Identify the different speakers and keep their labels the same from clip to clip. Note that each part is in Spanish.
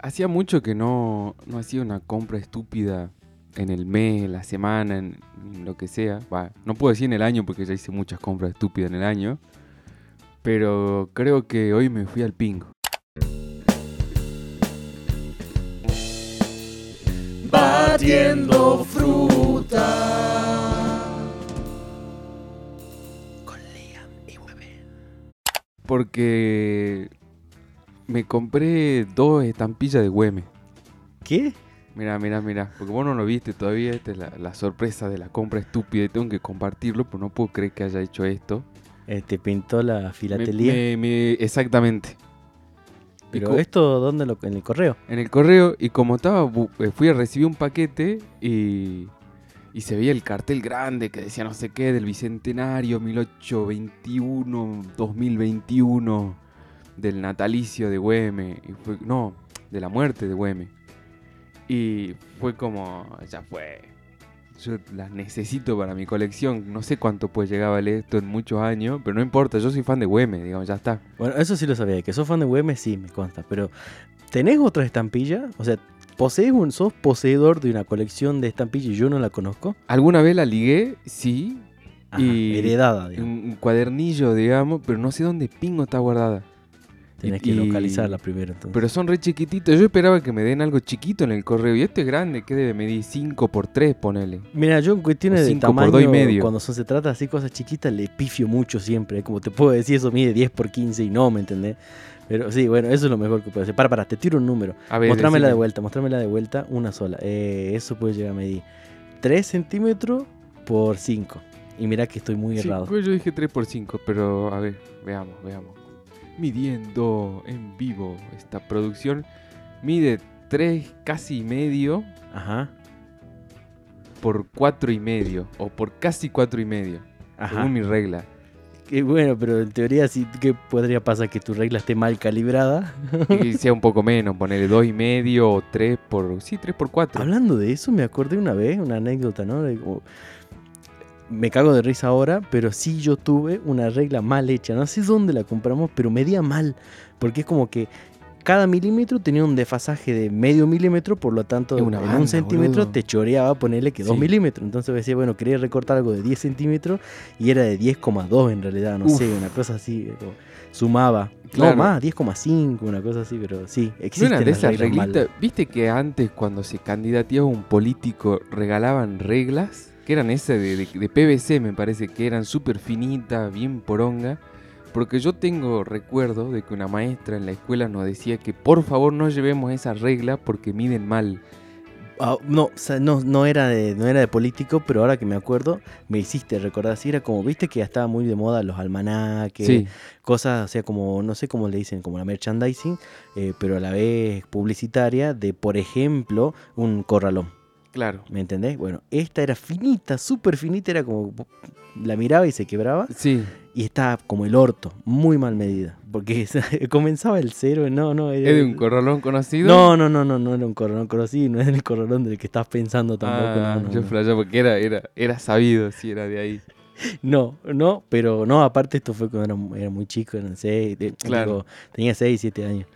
Speaker 1: hacía mucho que no, no hacía una compra estúpida en el mes, en la semana, en, en lo que sea. Va, no puedo decir en el año porque ya hice muchas compras estúpidas en el año. Pero creo que hoy me fui al pingo.
Speaker 2: Batiendo fruta.
Speaker 1: Porque me compré dos estampillas de Güemes.
Speaker 2: ¿Qué?
Speaker 1: Mira, mira, mira. Porque vos no lo viste todavía. Esta es la, la sorpresa de la compra estúpida. Y tengo que compartirlo, pero no puedo creer que haya hecho esto.
Speaker 2: Eh, ¿Te pintó la
Speaker 1: Me-
Speaker 2: filatelía?
Speaker 1: me- me- exactamente. Y
Speaker 2: ¿Pero
Speaker 1: co-
Speaker 2: esto dónde lo, en el correo?
Speaker 1: en el correo y como estaba, bu- eh, fui a recibir un paquete y, y se veía el cartel grande que decía no sé qué del Bicentenario 1821-2021 del natalicio de Güeme, y fue- no, de la muerte de Güeme. Y fue como, ya fue, yo las necesito para mi colección, no sé cuánto pues llegaba a leer esto en muchos años, pero no importa, yo soy fan de Güeme, digamos, ya está.
Speaker 2: Bueno, eso sí lo sabía, que sos fan de Güemes sí, me consta, pero ¿tenés otra estampilla? O sea, ¿posees un, ¿sos poseedor de una colección de estampillas y yo no la conozco?
Speaker 1: ¿Alguna vez la ligué? Sí,
Speaker 2: Ajá,
Speaker 1: Y-
Speaker 2: heredada, digamos.
Speaker 1: un, un cuadernillo, digamos, pero no sé dónde pingo está guardada.
Speaker 2: Tenés
Speaker 1: y-
Speaker 2: que
Speaker 1: y-
Speaker 2: localizarla primero entonces.
Speaker 1: Pero son re chiquititos. Yo esperaba que me den algo chiquito en el correo. Y este es grande, que debe medir 5 por 3, ponele.
Speaker 2: Mira, yo en cuestiones
Speaker 1: O
Speaker 2: de
Speaker 1: cinco por dos
Speaker 2: tamaño,
Speaker 1: y medio.
Speaker 2: cuando son- se trata así cosas chiquitas, le pifio mucho siempre. ¿eh? Como te puedo decir, eso mide 10 por 15 y no, ¿me entendés? Pero sí, bueno, eso es lo mejor que puedo hacer. Para, para, te tiro un número.
Speaker 1: A ver,
Speaker 2: Mostrámela de
Speaker 1: decime.
Speaker 2: vuelta, mostrámela de vuelta, una sola. Eh, eso puede llegar a medir 3 centímetros por 5. Y mira que estoy muy
Speaker 1: Sí,
Speaker 2: errado.
Speaker 1: pues yo dije 3 por 5, pero a ver, veamos, veamos. Midiendo en vivo esta producción. Mide 3 casi y medio
Speaker 2: Ajá,
Speaker 1: por 4 y medio. O por casi 4 y medio.
Speaker 2: ajá.
Speaker 1: Según mi regla.
Speaker 2: Que bueno, pero en teoría sí que podría pasar que tu regla esté mal calibrada.
Speaker 1: Y sea un poco menos, ponele 2 y medio o 3 por... Sí, 3 por 4.
Speaker 2: Hablando de eso, me acordé una vez, una anécdota, ¿no? De como- Me cago de risa ahora, pero sí yo tuve una regla mal hecha. No sé dónde la compramos, pero medía mal. Porque es como que cada milímetro tenía un desfasaje de medio milímetro, por lo tanto,
Speaker 1: Es una
Speaker 2: en
Speaker 1: banda,
Speaker 2: un centímetro
Speaker 1: boludo.
Speaker 2: te choreaba ponerle que 2
Speaker 1: Sí.
Speaker 2: milímetros. Entonces decía, bueno, quería recortar algo de 10 centímetros y era de 10,2 en realidad, no
Speaker 1: Uf.
Speaker 2: sé, una cosa así. eh, como Sumaba.
Speaker 1: Claro.
Speaker 2: No más, 10,5, una cosa así, pero sí,
Speaker 1: ¿No
Speaker 2: existen
Speaker 1: eran de
Speaker 2: las
Speaker 1: esas
Speaker 2: reglas malas.
Speaker 1: reglitas? ¿Viste que antes cuando se candidateaba un político regalaban reglas? Que eran esas de, de- de PVC, me parece, que eran súper finitas, bien poronga. Porque yo tengo recuerdo de que una maestra en la escuela nos decía que por favor no llevemos esas reglas porque miden mal.
Speaker 2: Ah, no, o sea, no, no, era de, no era de político, pero ahora que me acuerdo, me hiciste recordar. Si era como, viste que ya estaba muy de moda los almanaques,
Speaker 1: Sí,
Speaker 2: cosas, o sea, como, no sé cómo le dicen, como la merchandising, eh, pero a la vez publicitaria de, por ejemplo, un corralón.
Speaker 1: claro.
Speaker 2: ¿Me entendés? Bueno, esta era finita, súper finita, era como la miraba y se quebraba
Speaker 1: Sí,
Speaker 2: y estaba como el orto, muy mal medida, porque comenzaba el cero, no, no, era
Speaker 1: es de un corralón conocido.
Speaker 2: Eh, no, no, no, no, no era un corralón conocido, no es el corralón del que estás pensando tampoco.
Speaker 1: Ah,
Speaker 2: no, no,
Speaker 1: yo
Speaker 2: no.
Speaker 1: flasheaba porque era, era, era sabido si era de ahí.
Speaker 2: No, no, pero no, aparte esto fue cuando era, era muy chico, no sé, de-
Speaker 1: Claro.
Speaker 2: digo, tenía 6, 7 años.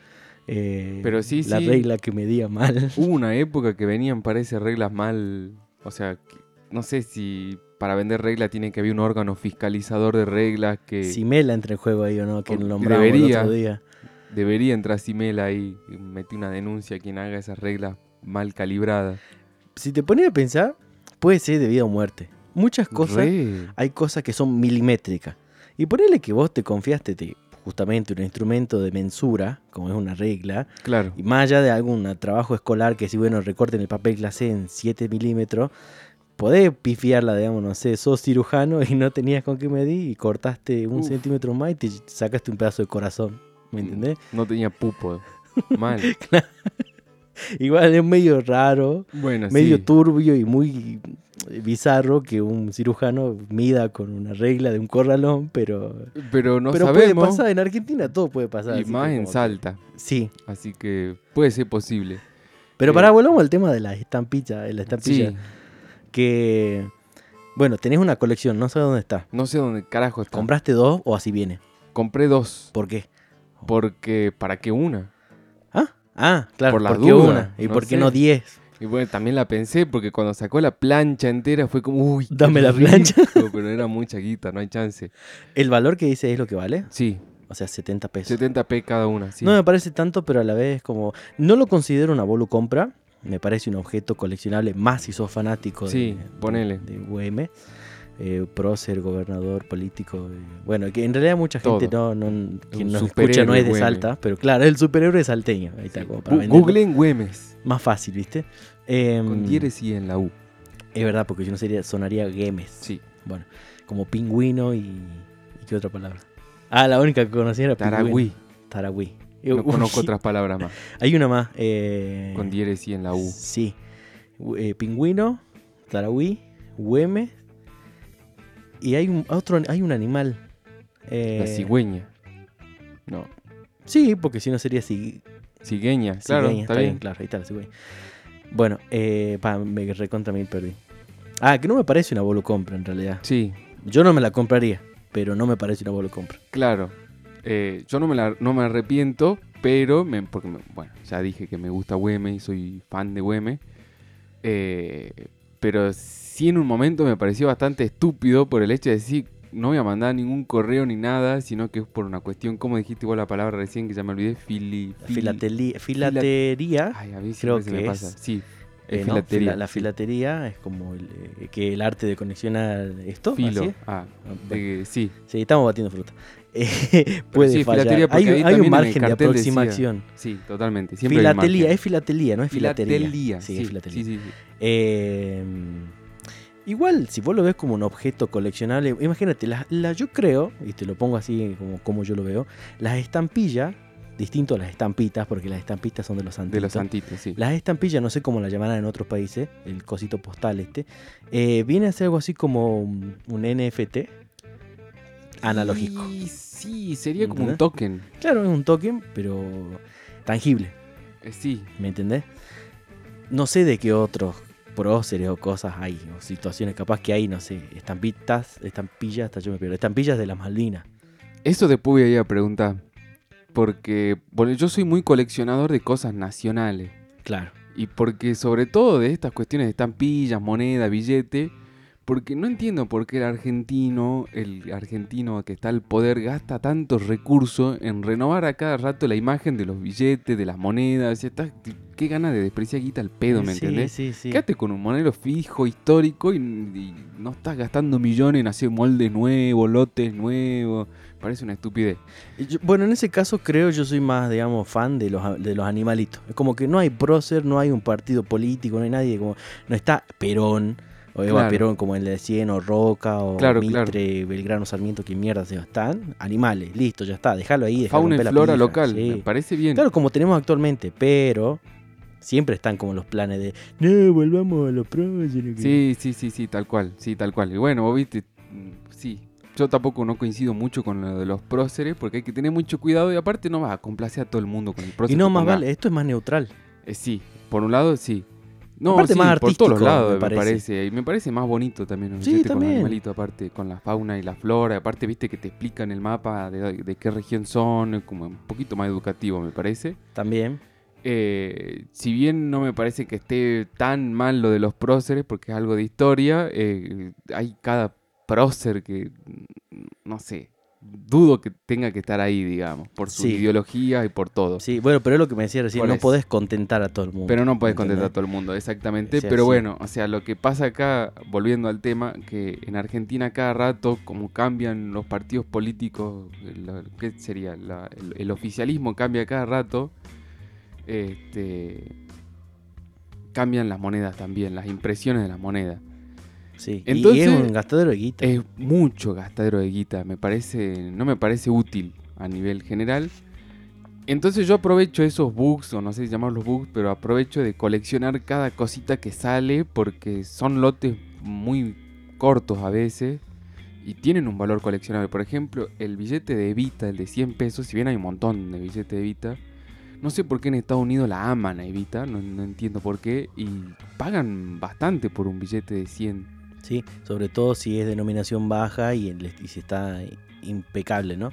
Speaker 2: Eh,
Speaker 1: Pero sí,
Speaker 2: La
Speaker 1: sí.
Speaker 2: regla que medía mal.
Speaker 1: Hubo una época que venían, parece, reglas mal. O sea, que- no sé si para vender reglas tiene que haber un órgano fiscalizador de reglas que
Speaker 2: Si Mela entra en juego ahí o no, que
Speaker 1: Porque
Speaker 2: lo nombramos el
Speaker 1: debería.
Speaker 2: otro día.
Speaker 1: debería entrar Simela ahí y metí una denuncia a quien haga esas reglas mal calibradas.
Speaker 2: Si te pones a pensar, puede ser de vida o muerte. Muchas cosas,
Speaker 1: Re.
Speaker 2: hay cosas que son milimétricas. Y ponele que vos te confiaste de justamente un instrumento de mensura, como es una regla,
Speaker 1: Claro.
Speaker 2: Y más allá de algún trabajo escolar que si, bueno, recorten el papel clase en 7 milímetros, podés pifiarla, digamos, no sé, sos cirujano y no tenías con qué medir y cortaste un
Speaker 1: Uf. Mm.
Speaker 2: centímetro más y te sacaste un pedazo de corazón. ¿Me entendés?
Speaker 1: No tenía pupo. Mal.
Speaker 2: Igual es medio raro,
Speaker 1: Bueno,
Speaker 2: medio
Speaker 1: sí.
Speaker 2: turbio y muy eh, bizarro que un cirujano mida con una regla de un corralón, pero...
Speaker 1: Pero no
Speaker 2: pero puede
Speaker 1: sabemos.
Speaker 2: pasar, en Argentina todo puede pasar.
Speaker 1: y
Speaker 2: así
Speaker 1: más en
Speaker 2: que
Speaker 1: Eh,
Speaker 2: como que-
Speaker 1: Salta.
Speaker 2: Sí,
Speaker 1: Así que puede ser posible.
Speaker 2: pero
Speaker 1: Eh,
Speaker 2: pará, volvamos al tema de las estampillas, de la estampilla.
Speaker 1: Sí.
Speaker 2: que, bueno, tenés una colección, no sé dónde está.
Speaker 1: No sé dónde carajo está.
Speaker 2: ¿Compraste dos o así viene?
Speaker 1: Compré dos.
Speaker 2: ¿Por qué?
Speaker 1: Porque, ¿para qué una?
Speaker 2: ¿Ah? Ah, claro,
Speaker 1: Por las
Speaker 2: porque
Speaker 1: dudas,
Speaker 2: una. ¿Y
Speaker 1: no
Speaker 2: por qué
Speaker 1: sé.
Speaker 2: no diez?
Speaker 1: Y bueno, también la pensé porque cuando sacó la plancha entera fue como, uy, qué
Speaker 2: Dame la plancha.
Speaker 1: rico, Pero era mucha guita, no hay chance.
Speaker 2: El valor que dice es lo que vale.
Speaker 1: Sí,
Speaker 2: O sea, 70 pesos.
Speaker 1: 70p cada una, sí.
Speaker 2: No me parece tanto, pero a la vez es como. No lo considero una bolu compra. Me parece un objeto coleccionable, más si sos fanático de-
Speaker 1: Sí, ponele.
Speaker 2: pues, eh, de UM. eh, prócer, gobernador, político. eh, bueno, que en realidad mucha
Speaker 1: Todo.
Speaker 2: gente no, no- quien
Speaker 1: Un
Speaker 2: nos escucha no es de
Speaker 1: superhéroe,
Speaker 2: Salta, pero claro, el superhéroe salteño. Ahí está,
Speaker 1: Sí.
Speaker 2: como para
Speaker 1: Gu-
Speaker 2: venderlo.
Speaker 1: Googleen Güemes.
Speaker 2: Más fácil, ¿viste? Em,
Speaker 1: Con dieres y en la U.
Speaker 2: es verdad, porque yo no sería, sonaría Gemes.
Speaker 1: Sí.
Speaker 2: Bueno, como pingüino y. ¿y qué otra palabra? Ah, la única que conocía era pingüino.
Speaker 1: Taragüí.
Speaker 2: Taragüí. Eh,
Speaker 1: No
Speaker 2: uy,
Speaker 1: conozco otras palabras más.
Speaker 2: Hay una más. eh,
Speaker 1: Con dieres y en la U.
Speaker 2: Sí. U- eh, pingüino, taragüí, hueme. Y hay un, otro, hay un animal. eh,
Speaker 1: La cigüeña. No.
Speaker 2: Sí, porque si no sería cig-
Speaker 1: Cigueña,
Speaker 2: cigüeña.
Speaker 1: claro, está, bien.
Speaker 2: claro, ahí está la cigüeña. Bueno, eh, pa, me recontra mil perdí. Ah, que no me parece una bolo compra en realidad.
Speaker 1: Sí,
Speaker 2: Yo no me la compraría, pero no me parece una bolo compra.
Speaker 1: claro. Eh, yo no me, la- no me arrepiento, pero, me- porque me- bueno, ya dije que me gusta Güemes y soy fan de Güemes. Eh, pero sí en un momento me pareció bastante estúpido por el hecho de decir, no voy a mandar ningún correo ni nada, sino que es por una cuestión, como dijiste vos la palabra recién que ya me olvidé, fili, fil-
Speaker 2: Filateli- filatería.
Speaker 1: Ay, a mí
Speaker 2: creo
Speaker 1: siempre se me
Speaker 2: que
Speaker 1: pasa.
Speaker 2: es.
Speaker 1: Sí, Ah,
Speaker 2: eh,
Speaker 1: es
Speaker 2: ¿no? Fila-
Speaker 1: filatería.
Speaker 2: la
Speaker 1: sí.
Speaker 2: filatería es como el, eh, que el arte de conexionar esto. así
Speaker 1: Filo.
Speaker 2: es.
Speaker 1: Ah,
Speaker 2: Ah,
Speaker 1: de
Speaker 2: bueno,
Speaker 1: que- sí,
Speaker 2: Sí, estamos batiendo fruta. Eh, puede
Speaker 1: sí,
Speaker 2: fallar.
Speaker 1: filatería, porque
Speaker 2: Hay,
Speaker 1: ahí
Speaker 2: hay
Speaker 1: también en
Speaker 2: un
Speaker 1: el
Speaker 2: margen de
Speaker 1: cartel decía
Speaker 2: aproximación.
Speaker 1: sí, totalmente. Siempre hay un
Speaker 2: filatelía,
Speaker 1: margen.
Speaker 2: es filatelía, no es filatería.
Speaker 1: Filatelía,
Speaker 2: Sí,
Speaker 1: sí,
Speaker 2: es
Speaker 1: sí,
Speaker 2: filatelía.
Speaker 1: sí, sí.
Speaker 2: Eh, igual, si vos lo ves como un objeto coleccionable, imagínate, las- las- yo creo, y te lo pongo así como, como yo lo veo, las estampillas, distinto a las estampitas, porque las estampitas son de los santitos.
Speaker 1: De los santitos, sí.
Speaker 2: Las estampillas, no sé cómo las llamarán en otros países, el cosito postal este, eh, viene a ser algo así como un un NFT analógico.
Speaker 1: Sí, sí, sería como
Speaker 2: ¿Entendés?
Speaker 1: un token.
Speaker 2: Claro, es un token, pero tangible,
Speaker 1: Eh, sí,
Speaker 2: ¿me entendés? No sé de qué otros próceres o cosas hay, o situaciones capaz que hay, no sé, estampitas, estampillas, hasta yo me pierdo, estampillas de las Malvinas.
Speaker 1: eso después voy a ir a preguntar. Porque bueno, yo soy muy coleccionador de cosas nacionales.
Speaker 2: Claro.
Speaker 1: Y porque sobre todo de estas cuestiones de estampillas, moneda, billete, porque no entiendo por qué el argentino, el argentino que está al poder, gasta tantos recursos en renovar a cada rato la imagen de los billetes, de las monedas. y está- qué gana de despreciar guita al pedo, ¿me
Speaker 2: sí,
Speaker 1: entendés?
Speaker 2: sí, sí.
Speaker 1: Quédate con un monero fijo, histórico, y, y no estás gastando millones en hacer moldes nuevos, lotes nuevos. Parece una estupidez.
Speaker 2: Yo- bueno, en ese caso creo yo soy más, digamos, fan de los, a- de los animalitos. Es como que no hay prócer, no hay un partido político, no hay nadie, como no está Perón, o Eva
Speaker 1: Claro.
Speaker 2: Perón como en la de Cien, o Roca, o
Speaker 1: Claro,
Speaker 2: Mitre,
Speaker 1: claro.
Speaker 2: Belgrano, Sarmiento, que mierda se están. Animales, listo, ya está, déjalo ahí. dejá
Speaker 1: Fauna
Speaker 2: romper
Speaker 1: y
Speaker 2: la
Speaker 1: flora
Speaker 2: pija,
Speaker 1: local,
Speaker 2: sí.
Speaker 1: me parece bien.
Speaker 2: Claro, como tenemos actualmente, pero siempre están como los planes de, no, volvamos a los próceres. que-".
Speaker 1: Sí, sí, sí, sí, tal cual, sí, tal cual. Y bueno, vos viste, mm, sí, yo tampoco no coincido mucho con lo de los próceres porque hay que tener mucho cuidado y aparte no vas a complacer a todo el mundo con el prócer.
Speaker 2: Y no,
Speaker 1: que
Speaker 2: más
Speaker 1: ponga.
Speaker 2: vale, esto es más neutral.
Speaker 1: Eh, sí, por un lado sí. No,
Speaker 2: Aparte
Speaker 1: sí,
Speaker 2: más
Speaker 1: por todos los
Speaker 2: artístico,
Speaker 1: lados,
Speaker 2: me
Speaker 1: me parece.
Speaker 2: parece.
Speaker 1: Y me parece más bonito también, ¿no?
Speaker 2: Sí,
Speaker 1: Fíjate, con
Speaker 2: también.
Speaker 1: los animalitos, aparte, con la fauna y la flora. Aparte, viste que te explican el mapa de, de qué región son, es como un poquito más educativo, me parece.
Speaker 2: También.
Speaker 1: Eh, si bien no me parece que esté tan mal lo de los próceres, porque es algo de historia, eh, hay cada prócer que, mm, no sé, dudo que tenga que estar ahí, digamos, por su
Speaker 2: Sí.
Speaker 1: ideología y por todo.
Speaker 2: Sí, bueno, pero es lo que me decía recién,
Speaker 1: Por
Speaker 2: no
Speaker 1: eso.
Speaker 2: podés contentar a todo el mundo.
Speaker 1: Pero no puedes
Speaker 2: ¿entendés?
Speaker 1: contentar a todo el mundo, exactamente.
Speaker 2: Sí,
Speaker 1: Pero
Speaker 2: sí.
Speaker 1: bueno, o sea, lo que pasa acá, volviendo al tema, que en Argentina cada rato, como cambian los partidos políticos, la- ¿qué sería? La- el, el oficialismo cambia cada rato, este, cambian las monedas también, las impresiones de las monedas.
Speaker 2: Sí,
Speaker 1: Entonces-
Speaker 2: y es un gastadero de guita.
Speaker 1: Es mucho gastadero de guita, me parece, no me parece útil a nivel general. Entonces yo aprovecho esos bugs, o no sé si llamarlos bugs, pero aprovecho de coleccionar cada cosita que sale porque son lotes muy cortos a veces y tienen un valor coleccionable. Por ejemplo, el billete de Evita, el de 100 pesos, si bien hay un montón de billetes de Evita, no sé por qué en Estados Unidos la aman a Evita, no, no entiendo por qué, y pagan bastante por un billete de 100.
Speaker 2: Sí, sobre todo si es denominación baja y, el- y si está impecable, ¿no?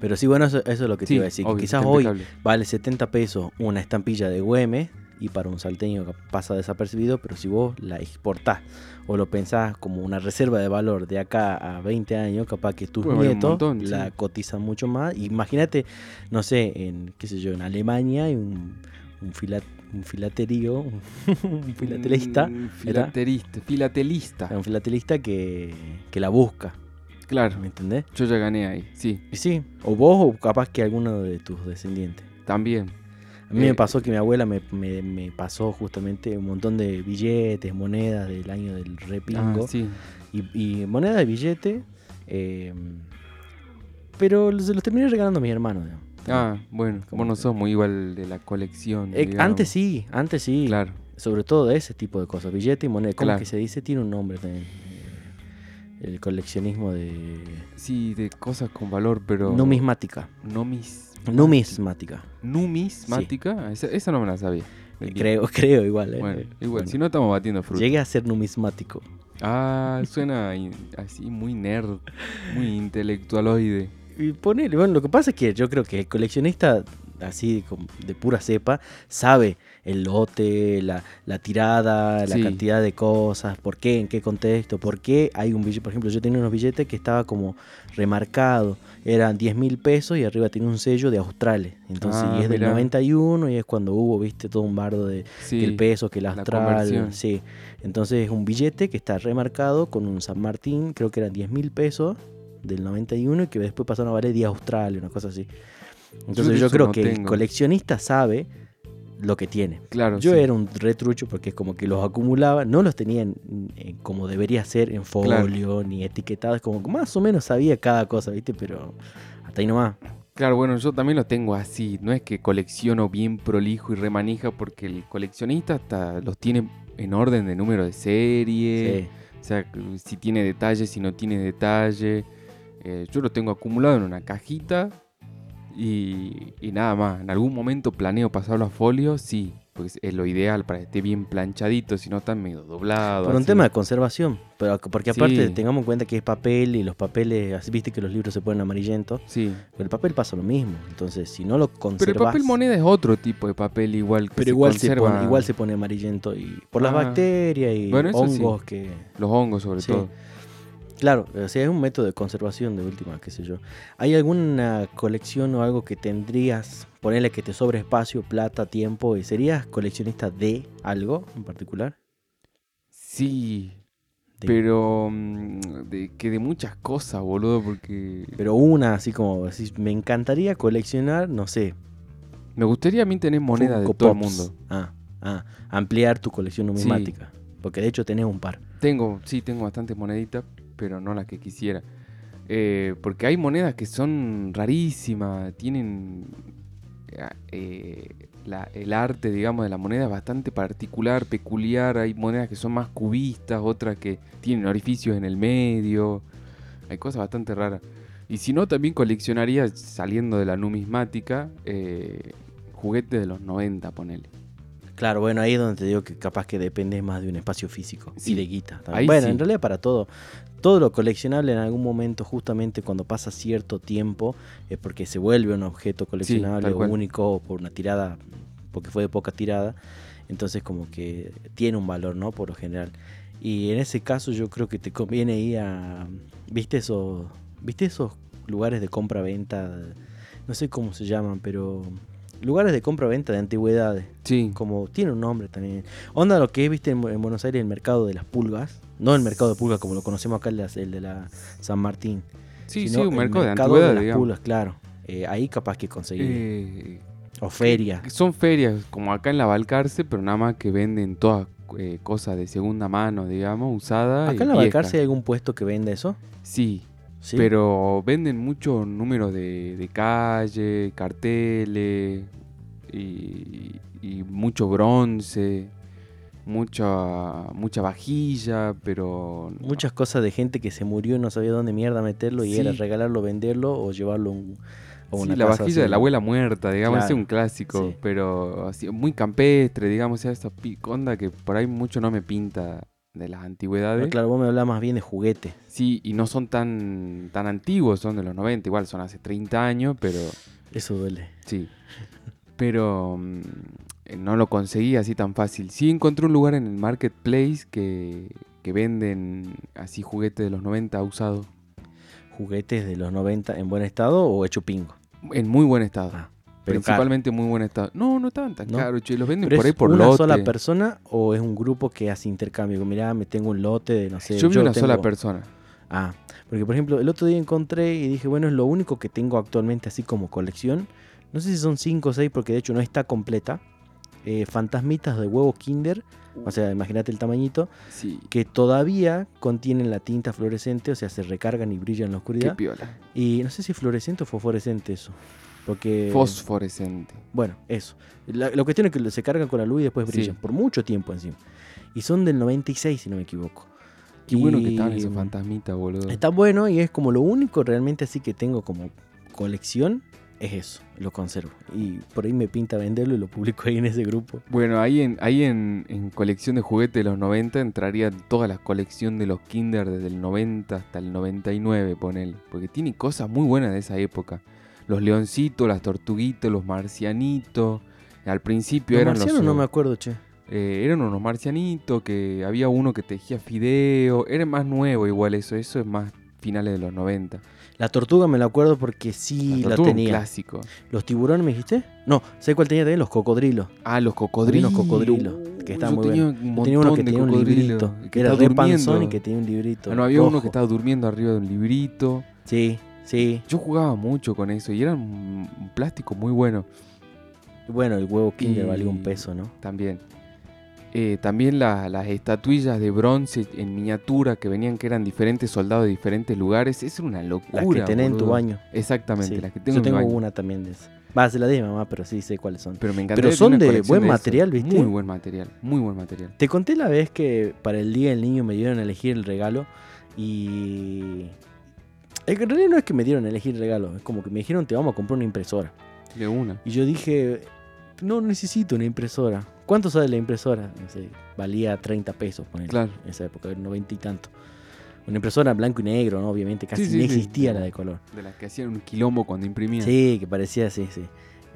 Speaker 2: Pero sí, bueno, eso, eso es lo que te
Speaker 1: Sí,
Speaker 2: iba a decir. que
Speaker 1: obvio,
Speaker 2: quizás
Speaker 1: está
Speaker 2: hoy
Speaker 1: impecable.
Speaker 2: vale 70 pesos una estampilla de Güemes y para un salteño pasa desapercibido, pero si vos la exportás o lo pensás como una reserva de valor de acá a 20 años, capaz que tus
Speaker 1: Puede valer un
Speaker 2: nietos
Speaker 1: montón,
Speaker 2: la
Speaker 1: sí.
Speaker 2: cotizan mucho más. Imagínate, no sé, en qué sé yo, en Alemania hay un, un, fila- un filaterío, un filatelista, Ah.
Speaker 1: Un Filaterista,
Speaker 2: era
Speaker 1: Mm, filatelista.
Speaker 2: un filatelista que, que la busca,
Speaker 1: Claro,
Speaker 2: ¿me entendés?
Speaker 1: yo ya gané ahí, sí,
Speaker 2: Y sí, o vos o capaz que alguno de tus descendientes.
Speaker 1: también.
Speaker 2: A mí me
Speaker 1: Eh,
Speaker 2: pasó que mi abuela me, me- me pasó justamente un montón de billetes, monedas del año del
Speaker 1: Ah,
Speaker 2: repingo.
Speaker 1: sí.
Speaker 2: y, y monedas de billete. eh, pero se los terminé regalando a mis hermanos. digamos.
Speaker 1: Ah, bueno,
Speaker 2: Como
Speaker 1: vos no
Speaker 2: que-
Speaker 1: sos muy igual de la colección.
Speaker 2: Eh,
Speaker 1: digamos.
Speaker 2: antes sí, antes sí.
Speaker 1: Claro.
Speaker 2: Sobre todo de ese tipo de cosas. Billete y moneda. ¿Cómo
Speaker 1: Claro.
Speaker 2: que se dice? Tiene un nombre también. eh, El coleccionismo de...
Speaker 1: Sí, de cosas con valor, pero.
Speaker 2: Numismática.
Speaker 1: Numis.
Speaker 2: Numismática.
Speaker 1: Numismática. Ah, Esa, esa no me la sabía. Bien.
Speaker 2: Creo, creo igual. eh.
Speaker 1: Bueno, igual,
Speaker 2: Bueno,
Speaker 1: si no estamos batiendo fruta.
Speaker 2: Llegué a ser numismático.
Speaker 1: Ah, suena in- así muy nerd, muy intelectualoide.
Speaker 2: Y ponele, bueno, lo que pasa es que yo creo que el coleccionista así como de pura cepa sabe el lote, la, la tirada, la
Speaker 1: Sí.
Speaker 2: cantidad de cosas, por qué, en qué contexto, por qué hay un billete, por ejemplo, yo tenía unos billetes que estaba como remarcado, eran 10 mil pesos y arriba tenía un sello de Australes, entonces
Speaker 1: Ah,
Speaker 2: y es del
Speaker 1: mirá.
Speaker 2: 91 y es cuando hubo, viste, todo un bardo de
Speaker 1: Sí.
Speaker 2: que el peso, que el
Speaker 1: la
Speaker 2: astral,
Speaker 1: conversión.
Speaker 2: sí. Entonces es un billete que está remarcado con un San Martín, creo que eran 10 mil pesos del 91 y que después pasaron a valer 10 australes, una cosa así.
Speaker 1: de
Speaker 2: Entonces yo,
Speaker 1: eso
Speaker 2: creo
Speaker 1: no
Speaker 2: que el
Speaker 1: tengo.
Speaker 2: coleccionista sabe lo que tiene.
Speaker 1: Claro.
Speaker 2: Yo
Speaker 1: sí.
Speaker 2: era un retrucho porque es como que los acumulaba, no los tenía en- en- como debería ser en folio
Speaker 1: Claro.
Speaker 2: ni etiquetados, como que más o menos sabía cada cosa, ¿viste? Pero hasta ahí nomás.
Speaker 1: Claro, bueno, yo también lo tengo así. No es que colecciono bien prolijo y remanija, porque el coleccionista hasta los tiene en orden de número de serie.
Speaker 2: Sí.
Speaker 1: O sea, si tiene detalle, si no tiene detalle. Eh, yo lo tengo acumulado en una cajita y, y nada más. En algún momento planeo pasarlo a folio, sí. Pues es lo ideal para que esté bien planchadito, si no está medio doblado.
Speaker 2: Por un
Speaker 1: así.
Speaker 2: tema de conservación, pero ac- porque aparte
Speaker 1: Sí.
Speaker 2: tengamos en cuenta que es papel y los papeles, así viste que los libros se ponen amarillentos,
Speaker 1: Sí.
Speaker 2: con el papel pasa lo mismo, entonces si no lo conservas,
Speaker 1: Pero el papel moneda es otro tipo de papel igual que
Speaker 2: pero
Speaker 1: se
Speaker 2: igual, se
Speaker 1: conserva
Speaker 2: pone, igual se pone amarillento y por las
Speaker 1: Ah.
Speaker 2: bacterias y
Speaker 1: Bueno, eso sí.
Speaker 2: hongos que
Speaker 1: los hongos sobre
Speaker 2: Sí.
Speaker 1: todo.
Speaker 2: claro, o sea, es un método de conservación de última, qué sé yo. ¿Hay alguna colección o algo que tendrías, ponerle que te sobre espacio, plata, tiempo y serías coleccionista de algo en particular?
Speaker 1: Sí,
Speaker 2: De-
Speaker 1: pero mm, de- que de muchas cosas, boludo, porque
Speaker 2: pero una así como así, me encantaría coleccionar, no sé,
Speaker 1: me gustaría a mí tener moneda de
Speaker 2: Funko
Speaker 1: todo el
Speaker 2: Pops.
Speaker 1: mundo.
Speaker 2: Ah, ah, ampliar tu colección
Speaker 1: Sí.
Speaker 2: numismática. Porque de hecho tenés un par.
Speaker 1: Tengo, sí, tengo bastantes moneditas, pero no las que quisiera. Eh, porque hay monedas que son rarísimas, tienen eh, eh, la- el arte, digamos, de la moneda es bastante particular, peculiar. Hay monedas que son más cubistas, otras que tienen orificios en el medio. Hay cosas bastante raras. Y si no, también coleccionaría, saliendo de la numismática, eh, juguetes de los 90, ponele.
Speaker 2: Claro, bueno, ahí es donde te digo que capaz que dependes más de un espacio físico
Speaker 1: Sí.
Speaker 2: y de guita. también.
Speaker 1: Ahí
Speaker 2: bueno,
Speaker 1: sí.
Speaker 2: en realidad para todo. Todo lo coleccionable en algún momento, justamente cuando pasa cierto tiempo, es porque se vuelve un objeto coleccionable
Speaker 1: tal
Speaker 2: o
Speaker 1: cual.
Speaker 2: único o por una tirada, porque fue de poca tirada. Entonces como que tiene un valor, ¿no? Por lo general. Y en ese caso yo creo que te conviene ir a... ¿Viste esos, ¿viste esos lugares de compra-venta? No sé cómo se llaman, pero... Lugares de compra-venta de antigüedades
Speaker 1: Sí,
Speaker 2: como tiene un nombre también. Onda lo que es, viste, en, en Buenos Aires el mercado de las pulgas. No el mercado de pulgas como lo conocemos acá, el de, las- el de la San Martín.
Speaker 1: sí, sí,
Speaker 2: sino
Speaker 1: un
Speaker 2: el
Speaker 1: mercado de
Speaker 2: de
Speaker 1: antigüedad,
Speaker 2: las
Speaker 1: digamos.
Speaker 2: pulgas, claro. Eh, ahí capaz que conseguir.
Speaker 1: Eh,
Speaker 2: o ferias.
Speaker 1: Que Son ferias, como acá en la Balcarce, pero nada más que venden todas eh, cosas de segunda mano, digamos, usada.
Speaker 2: Acá en la Balcarce hay algún puesto que vende eso.
Speaker 1: Sí,
Speaker 2: Sí.
Speaker 1: pero venden muchos números de, de calle, carteles, y, y mucho bronce, mucha, mucha vajilla, pero...
Speaker 2: Muchas cosas de gente que se murió y no sabía dónde mierda meterlo y
Speaker 1: Sí.
Speaker 2: era regalarlo, venderlo o llevarlo a un- a
Speaker 1: Sí,
Speaker 2: una
Speaker 1: la
Speaker 2: casa
Speaker 1: vajilla
Speaker 2: así.
Speaker 1: de la abuela muerta, digamos, ese es
Speaker 2: Claro,
Speaker 1: un clásico,
Speaker 2: sí.
Speaker 1: pero así, muy campestre, digamos, o sea, esa piconda que por ahí mucho no me pinta de las antigüedades.
Speaker 2: No, Ah, claro, vos me hablás más bien de juguete.
Speaker 1: Sí, y no son tan, tan antiguos, son de los 90, igual son hace 30 años, pero
Speaker 2: Eso duele.
Speaker 1: sí. Pero mm, eh, no lo conseguí así tan fácil. Sí encontré un lugar en el marketplace que, que venden así juguetes de los 90 usados,
Speaker 2: ¿Juguetes de los 90 en buen estado o hecho pingo?
Speaker 1: en muy buen estado.
Speaker 2: Ah, pero caro.
Speaker 1: Principalmente muy buen estado. No, no estaban tan
Speaker 2: ¿No?
Speaker 1: caros, che, los venden
Speaker 2: ¿Pero
Speaker 1: Mm. por ahí
Speaker 2: es
Speaker 1: por
Speaker 2: una
Speaker 1: lote.
Speaker 2: sola persona o es un grupo que hace intercambio? Mirá, me tengo un lote de, no sé...
Speaker 1: Yo vi una sola
Speaker 2: tengo-
Speaker 1: persona.
Speaker 2: Ah, porque por ejemplo, el otro día encontré y dije, bueno, es lo único que tengo actualmente así como colección. No sé si son 5 o 6 porque de hecho no está completa. Eh, fantasmitas de huevo Kinder, o sea, imagínate el tamañito,
Speaker 1: Sí,
Speaker 2: que todavía contienen la tinta fluorescente, o sea, se recargan y brillan en la
Speaker 1: qué
Speaker 2: oscuridad.
Speaker 1: piola.
Speaker 2: Y no sé si fluorescente o fosforescente eso. Porque...
Speaker 1: Fosforescente.
Speaker 2: Bueno, eso. La, la cuestión es que se cargan con la luz y después
Speaker 1: Sí.
Speaker 2: brillan por mucho tiempo encima. Y son del 96, si no me equivoco.
Speaker 1: Qué bueno que estaban
Speaker 2: Y-
Speaker 1: esos fantasmitas, boludo.
Speaker 2: Está bueno y es como lo único realmente así que tengo como colección es eso, lo conservo. Y por ahí me pinta venderlo y lo publico ahí en ese grupo.
Speaker 1: Bueno, ahí en, ahí en, en colección de juguetes de los 90 entraría toda la colección de los Kinder desde el 90 hasta el 99, ponele. Porque tiene cosas muy buenas de esa época. Los leoncitos, las tortuguitas, los marcianitos. Al principio
Speaker 2: Los
Speaker 1: eran
Speaker 2: marcianos
Speaker 1: los.
Speaker 2: no me acuerdo, che.
Speaker 1: eh, eran unos marcianitos que había uno que tejía fideo. Era más nuevo igual eso. Eso es más finales de los 90.
Speaker 2: La tortuga me la acuerdo porque sí la,
Speaker 1: tortuga es un
Speaker 2: tenía.
Speaker 1: clásico.
Speaker 2: ¿Los tiburones me dijiste? No, sé cuál tenía también, los cocodrilos.
Speaker 1: Ah, los cocodrilos.
Speaker 2: Unos cocodrilos, que estaban
Speaker 1: Yo
Speaker 2: muy
Speaker 1: tenía
Speaker 2: buenos.
Speaker 1: un
Speaker 2: Yo tenía uno
Speaker 1: montón
Speaker 2: que
Speaker 1: de
Speaker 2: tenía un
Speaker 1: cocodrilos,
Speaker 2: librito,
Speaker 1: que
Speaker 2: que era
Speaker 1: estaba
Speaker 2: re panzón y
Speaker 1: durmiendo.
Speaker 2: que tenía un librito.
Speaker 1: Bueno, había uno
Speaker 2: rojo.
Speaker 1: que estaba durmiendo arriba de un librito.
Speaker 2: Sí, sí.
Speaker 1: Yo jugaba mucho con eso y era un un plástico muy bueno
Speaker 2: Bueno, el huevo kinder
Speaker 1: Y-
Speaker 2: valía un peso, ¿no?
Speaker 1: también. Eh, también la- las estatuillas de bronce en miniatura que venían que eran diferentes soldados de diferentes lugares. Es una locura.
Speaker 2: Las que tenés en tu
Speaker 1: boludo.
Speaker 2: baño.
Speaker 1: Exactamente,
Speaker 2: Sí.
Speaker 1: las que tengo
Speaker 2: Yo
Speaker 1: en mi
Speaker 2: tengo
Speaker 1: baño.
Speaker 2: una también de esas. Va, se la di a mi mamá, pero sí sé cuáles son.
Speaker 1: Pero me encantaría
Speaker 2: Pero
Speaker 1: tener
Speaker 2: son
Speaker 1: una
Speaker 2: de
Speaker 1: colección
Speaker 2: buen
Speaker 1: eso.
Speaker 2: material, ¿viste?
Speaker 1: Muy buen material, muy buen material.
Speaker 2: Te conté la vez que para el Día del Niño me dieron a elegir el regalo y... En realidad no es que me dieron a elegir el regalo, es como que me dijeron te vamos a comprar una impresora.
Speaker 1: De una.
Speaker 2: Y yo dije, no necesito una impresora. ¿Cuánto sale la impresora? No sé, valía 30 pesos, ponele,
Speaker 1: Claro.
Speaker 2: en esa época, 90 y tanto. Una impresora blanco y negro, ¿no? Obviamente, casi
Speaker 1: sí, sí.
Speaker 2: no existía la de color.
Speaker 1: De las que hacían un quilombo cuando imprimían.
Speaker 2: Sí, que parecía así, sí.